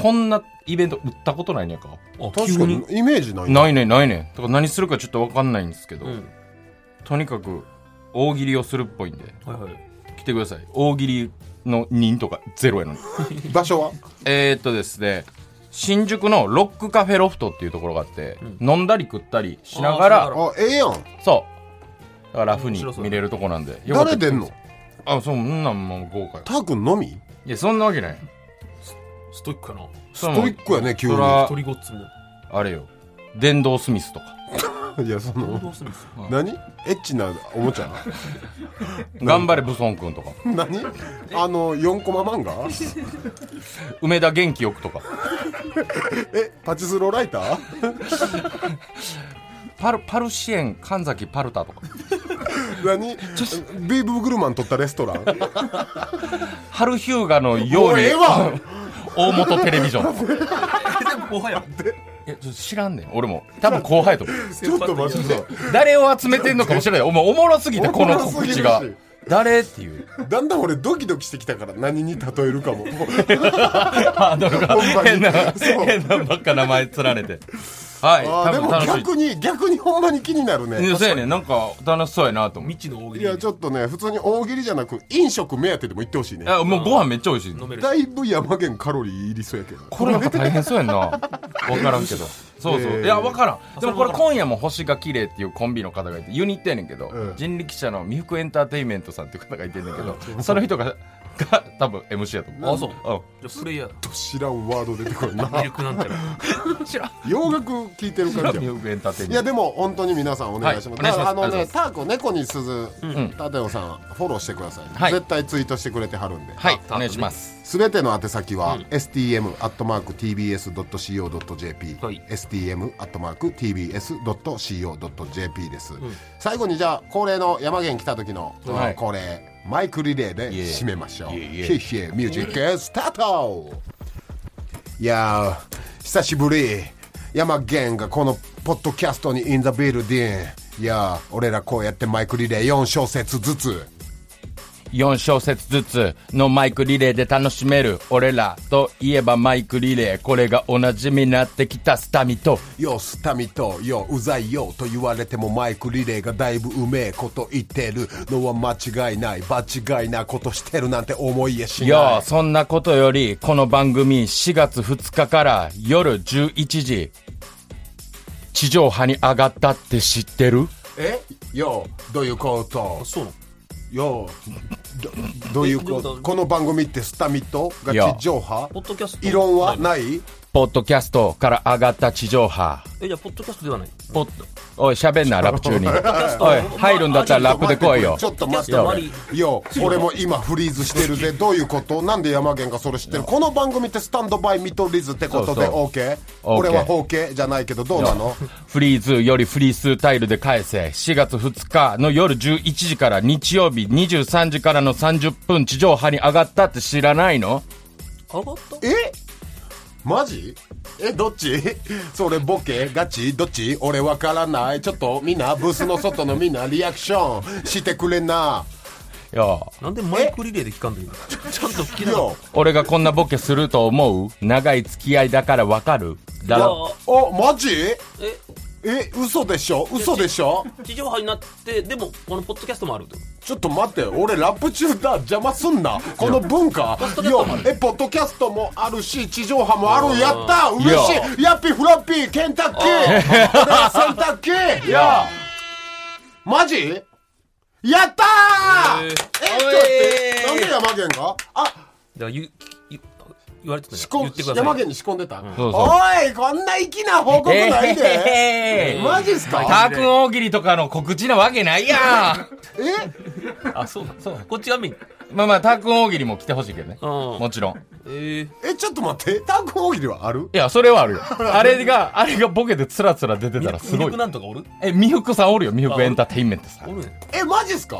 Speaker 5: こんなイベント売ったことないねんか
Speaker 3: あ
Speaker 2: 確
Speaker 3: 急
Speaker 2: か
Speaker 3: に
Speaker 2: に。イメージない
Speaker 5: ないねんないねんだから何するかちょっとわかんないんですけど、
Speaker 3: うん。
Speaker 5: とにかく大喜利をするっぽいんで
Speaker 3: はいはい。
Speaker 5: 来てください大喜利の人とかゼロやのに
Speaker 2: 場所は
Speaker 5: えーっとですね新宿のロックカフェロフトっていうところがあって、飲んだり食ったりしなが
Speaker 3: あーしなが
Speaker 5: ら
Speaker 3: ら
Speaker 2: あええやん
Speaker 5: そうだからラフに
Speaker 3: 面白そう
Speaker 5: 見れるとこなんでよかっ
Speaker 2: 誰
Speaker 5: たら
Speaker 2: 出んの
Speaker 5: あ、そう、んなんもう豪華よ。
Speaker 2: ター君のみ
Speaker 5: いや、そんなわけない。
Speaker 3: ストイックかな。
Speaker 5: ス
Speaker 2: ストイックやね急に
Speaker 5: そら
Speaker 3: 一人ごっつも。
Speaker 5: あれよ。電動スミスとか。
Speaker 2: いやその
Speaker 3: どうするんですか。
Speaker 2: 何エッチなおもち ゃ
Speaker 5: 頑張れ、ブソン君とか。
Speaker 2: 何あの4コマ漫 画
Speaker 5: 梅田元気よくとか。
Speaker 2: えパチスローライター
Speaker 5: パル、パルシエン、神崎パルタとか。
Speaker 2: 何ベイブ・グルマン撮ったレストラ ン
Speaker 5: ハルヒューガのよ
Speaker 2: も
Speaker 5: う
Speaker 2: う
Speaker 5: に
Speaker 2: ええ。わ
Speaker 5: 大元テレビジョン。
Speaker 3: 後輩や。
Speaker 5: いや、ちょっと知らんねん。俺も。多分後輩やと思う。
Speaker 2: ちょっと待ってくださ
Speaker 5: 誰を集めてんのかもしれない。お前、おもろすぎて、この
Speaker 2: おもろす
Speaker 5: 告
Speaker 2: ぎる
Speaker 5: 知
Speaker 2: し
Speaker 5: が。誰っていう。
Speaker 2: いだんだん俺ドキドキしてきたから何に例える かも
Speaker 5: ハードルが
Speaker 2: ほんまに
Speaker 5: 変な、
Speaker 2: そう
Speaker 5: 変なばっか名前つられて。はい。
Speaker 2: あーで
Speaker 5: 多分
Speaker 2: も
Speaker 5: 楽しい。
Speaker 2: 逆に逆にほんまに気になる
Speaker 5: い
Speaker 2: ね
Speaker 5: やそうやねんなんか楽しそうやなと思って
Speaker 3: 未知の大喜
Speaker 2: い
Speaker 3: 利。
Speaker 2: やちょっとね普通に大喜利じゃなく飲食目当てでも言ってほしいね
Speaker 5: あもうご飯めっちゃ美味しい
Speaker 3: 飲める。
Speaker 2: だいぶ山源カロリー入りそうやけど
Speaker 5: これなんか大変そうやん なわからんけどそうそう、
Speaker 2: えー
Speaker 5: いやわからんでもこ
Speaker 3: それわ
Speaker 5: れ
Speaker 3: から
Speaker 5: 今夜も星が綺麗っていうコンビの方がいてユニットやねんけど、
Speaker 2: うん
Speaker 5: 人力車の未福エンターテインメントさんっていう方がいてんねんけど、その人がが多分 MC やと思う
Speaker 3: あそう。
Speaker 5: う
Speaker 3: じゃあプレイヤー。
Speaker 2: と知らんワード出てこるな
Speaker 3: ミルクなんて。
Speaker 2: 洋楽聴いてる感じや
Speaker 5: ん未福エンターテイン
Speaker 2: い
Speaker 5: メ
Speaker 2: や
Speaker 5: ント
Speaker 2: でも本当に皆さんお願いします。
Speaker 5: はいお願いします
Speaker 2: あの
Speaker 5: あ
Speaker 2: ね
Speaker 5: りがとうございます
Speaker 2: ターコ猫に鈴タテオさんフォローしてください、
Speaker 5: はい
Speaker 2: 絶対ツイートしてくれてはるんで。
Speaker 5: はいお願いします
Speaker 2: すべての宛先は、stm アットマーク tbs ドット co ドット jp、
Speaker 3: はい
Speaker 2: stm アットマーク tbs ドット co ドット jp です、最後にじゃあ恒例の山源来た時の、
Speaker 5: はい
Speaker 2: 恒例マイクリレーで締めましょう。
Speaker 5: イエイイエイ
Speaker 2: ヒェヒェミュージックスタート。いやー久しぶり山源がこのポッドキャストにインザビルディンいやー俺らこうやってマイクリレー4小節ずつ
Speaker 5: 4小節ずつのマイクリレーで楽しめる俺らといえばマイクリレーこれがおなじみになってきたスタミと
Speaker 2: よスタミとようざいよと言われてもマイクリレーがだいぶうめえこと言ってるのは間違いない場違いなことしてるなんて思いやし
Speaker 5: よ
Speaker 2: な
Speaker 5: う
Speaker 2: い
Speaker 5: そんなことよりこの番組4月2日から夜11時地上波に上がったって知ってる
Speaker 2: えようどういうこと
Speaker 3: そうなの。
Speaker 2: ようどどういうことこの番組ってスタミとが地上波
Speaker 3: ポッドキャスト。
Speaker 2: 異論はない
Speaker 5: ポッドキャストから上がった地上波
Speaker 3: えじゃあポッドキャストではない。
Speaker 5: ポッドおい、喋んな、ラップ中に。 おい、
Speaker 3: ま
Speaker 5: 入るんだったらラップで来いよ
Speaker 2: ち。ょっと待
Speaker 3: ちょっと
Speaker 2: っ
Speaker 3: 待
Speaker 2: てよ俺も今フリーズしてる ぜどういうことなんで山源がそれ知ってるこの番組ってスタンドバイ見取り図ってことで
Speaker 5: そうそ
Speaker 2: OK
Speaker 5: オーケー
Speaker 2: 俺は OK じゃないけどどうなの
Speaker 5: フリーズよりフリースタイルで返せ。4月2日の夜11時から日曜日23時からの30分地上波に上がったって知らないの
Speaker 3: 上がった
Speaker 2: えマジえどっち それボケガチどっち俺わからないちょっとみんなブースの外のみんなリアクションしてくれない
Speaker 5: や、
Speaker 3: なんでマイクリレーで聞かんといいのちゃ ちゃんと聞きながら
Speaker 2: よ
Speaker 5: 俺がこんなボケすると思う長い付き合いだからわかるだろ。
Speaker 2: おマジえ
Speaker 3: え
Speaker 2: 嘘でしょ嘘でしょ
Speaker 3: 地上波になってでもこのポッドキャストもあると
Speaker 2: ちょっと待って俺ラップ中だ邪魔すんなこの文化よえポッドキャストもあるし地上波もあるやった嬉しいやっぴフラッピーケンタッキー俺は洗濯機いやマジやったーえちょっと待ってなんで山源があ
Speaker 3: だから言う言う言われてた
Speaker 2: 仕
Speaker 3: じゃん
Speaker 2: 込
Speaker 3: 言ってくだ
Speaker 2: ん
Speaker 3: さい
Speaker 2: 山源に仕込んでた
Speaker 5: そう
Speaker 2: おいこんな粋な報告ないで
Speaker 5: えー
Speaker 2: マジっすか
Speaker 5: タークン大喜利とかの告知なわ けないやん
Speaker 2: え
Speaker 3: あそうだそうだこっちがメイン
Speaker 5: まあまあ、タークン大喜利も来てほしいけどね。
Speaker 3: うん
Speaker 5: もちろん。
Speaker 3: えー
Speaker 2: えちょっと待ってタークン大喜利はある
Speaker 5: いや、それはあるよ。あれが、あれがボケでつらつら出てたら
Speaker 3: ミ
Speaker 5: すご
Speaker 3: ル
Speaker 5: い
Speaker 3: ク。なんとかおる
Speaker 5: え、美福さんおるよ、美福エンターテインメントさ
Speaker 3: お
Speaker 5: ん。
Speaker 3: るね
Speaker 2: えマジっすか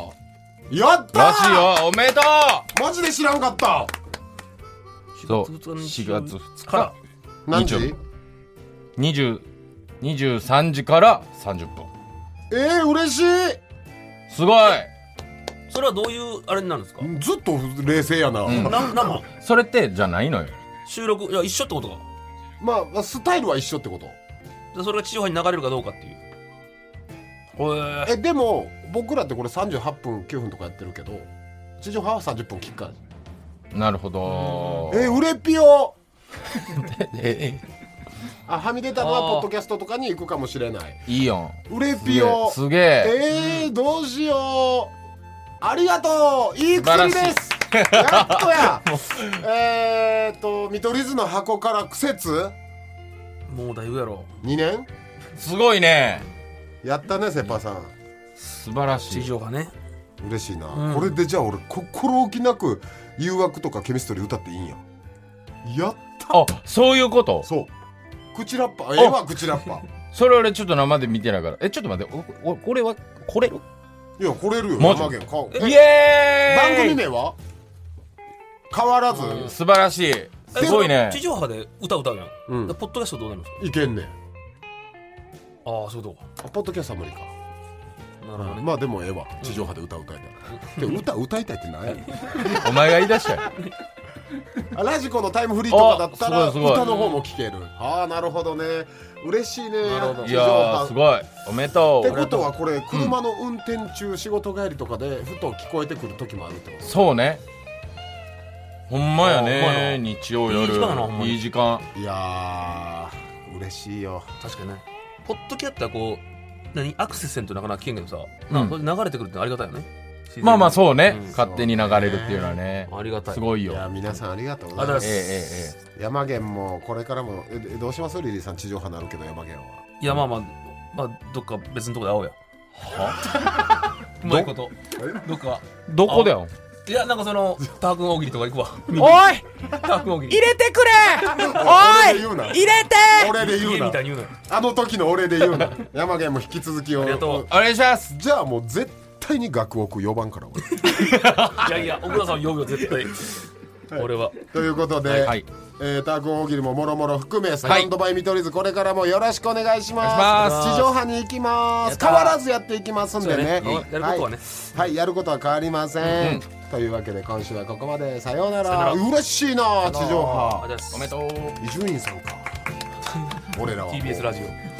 Speaker 2: やったー
Speaker 5: らしいよ、おめでと
Speaker 2: マジで知らんかった
Speaker 5: うそう、
Speaker 3: 4
Speaker 5: 4
Speaker 3: 月
Speaker 5: 月
Speaker 3: 2
Speaker 5: 2
Speaker 3: 日
Speaker 5: 日、
Speaker 2: 何時
Speaker 5: 以上20、23時から30分。
Speaker 2: えー、嬉しい
Speaker 5: すごい
Speaker 3: それはどういうあれになるんですか
Speaker 2: ずっと冷静やな、
Speaker 3: な生
Speaker 5: それって、じゃないのよ。
Speaker 3: 収録いや一緒ってことか
Speaker 2: まあまあスタイルは一緒ってこと
Speaker 3: でそれが地上波に流れるかどうかっていうえ
Speaker 2: えでも僕らってこれ38分9分とかやってるけど地上波は30分切っから
Speaker 5: なるほど。
Speaker 2: えー、売れっぴよ
Speaker 5: え、
Speaker 2: あはみ出たのは
Speaker 3: あー
Speaker 2: ポッドキャストとかに行くかもしれない
Speaker 5: いいよ。
Speaker 2: 売れっぴよ
Speaker 5: すげえ。
Speaker 2: えー、どうしようありがとういい薬ですやっとやえーっと見取り図の箱から苦節2
Speaker 3: もうだいぶやろ
Speaker 2: 年
Speaker 5: すごいね。
Speaker 2: やったねセパさん
Speaker 5: 素晴らし
Speaker 3: 地
Speaker 5: い。
Speaker 3: 上波ね
Speaker 2: 嬉しいな、
Speaker 3: うん
Speaker 2: これでじゃあ俺心置きなく誘惑とかケミストリー歌っていいんややっ
Speaker 5: あ、そういうこと
Speaker 2: そう口ラッパーええわ口ラッパー
Speaker 5: それ俺ちょっと生で見てないから。え、ちょっと待って、おおこれは、これ
Speaker 2: いやこれるよ
Speaker 5: マジ
Speaker 2: 山源顔
Speaker 5: イエーイ
Speaker 2: 番組名は変わらず、
Speaker 5: 素晴らしい。
Speaker 3: え
Speaker 5: すごいね
Speaker 3: 地。上波で歌歌うやん、
Speaker 2: うん
Speaker 3: でポッドキャストどうなりますか
Speaker 2: いけんねん
Speaker 3: ああそういうことか
Speaker 2: あポッドキャストは無理か、
Speaker 3: なるほどね
Speaker 2: まあでもええわ地上波で歌歌いたい、で歌歌いたいってない
Speaker 5: お前が言い出したよ。
Speaker 2: あラジコのタイムフリーとかだったら
Speaker 5: あすごいすごい
Speaker 2: 歌の方も聴けるああなるほどね嬉しいね
Speaker 5: いやー、すごい。おめでと
Speaker 2: っ
Speaker 5: う。
Speaker 2: てことはこれ車の運転中、仕事帰りとかでふと聞こえてくる時もあるってこと
Speaker 5: そうね。ほんまや
Speaker 3: あほんまやな
Speaker 5: ね。日曜夜。
Speaker 3: いい時間やなほんまに
Speaker 5: いい時間。
Speaker 2: いやー嬉しいよ
Speaker 3: 確かにねポッドキャストはこう何アクセスせんとなかなか聞けんけどさ、なんかこれ流れてくるってありがたいよね
Speaker 5: まあまあそうね
Speaker 3: うん。
Speaker 5: 勝手に流れるっていうのはね。
Speaker 3: ありがたい
Speaker 5: すごい
Speaker 2: い
Speaker 5: よ。
Speaker 2: や
Speaker 5: え
Speaker 2: 皆さんありがとうござ
Speaker 3: あ
Speaker 2: い
Speaker 3: りが
Speaker 2: ま
Speaker 3: と
Speaker 2: す
Speaker 5: え
Speaker 3: う
Speaker 5: ええ
Speaker 2: 山源もこれからもええどうしますリリーさん地上波なるけど山源はい
Speaker 3: やまあまあまあどっか別のとこで会おうや うまいことどっか
Speaker 5: えどこだよ。
Speaker 3: いやなんか そのタークン大喜利とか行くわ
Speaker 5: おい
Speaker 3: タークン大喜利
Speaker 5: れてくれ
Speaker 2: 俺で言うな
Speaker 5: れて
Speaker 2: 俺で言
Speaker 3: 家
Speaker 2: う
Speaker 3: みた
Speaker 2: ない
Speaker 3: に言うのよ
Speaker 2: あの時の俺で言うな山源も引き続きを
Speaker 3: ありがとう
Speaker 5: お願いします
Speaker 2: じゃあもう絶対に学屋4番から俺
Speaker 3: いやいや奥田さん呼ぶよ絶対俺は
Speaker 2: ということで、
Speaker 5: はい。
Speaker 2: えー、タークン大喜利ももろもろ含めスタンドバイ見取り図これからもよろしくお願いします
Speaker 5: お願いします
Speaker 2: 地上波に行きま
Speaker 3: やっ
Speaker 2: す
Speaker 3: た
Speaker 2: 変わらずやっていきますんでね
Speaker 3: そうねやることはね
Speaker 2: い、はいやることは変わりません、
Speaker 5: うん
Speaker 2: というわけで今週はここまでさようなら
Speaker 3: さようなら
Speaker 2: 嬉しいな地上波
Speaker 3: ありがとうございます
Speaker 5: おめでとう。
Speaker 2: 伊集院さんか俺らはもう
Speaker 3: TBS ラジオ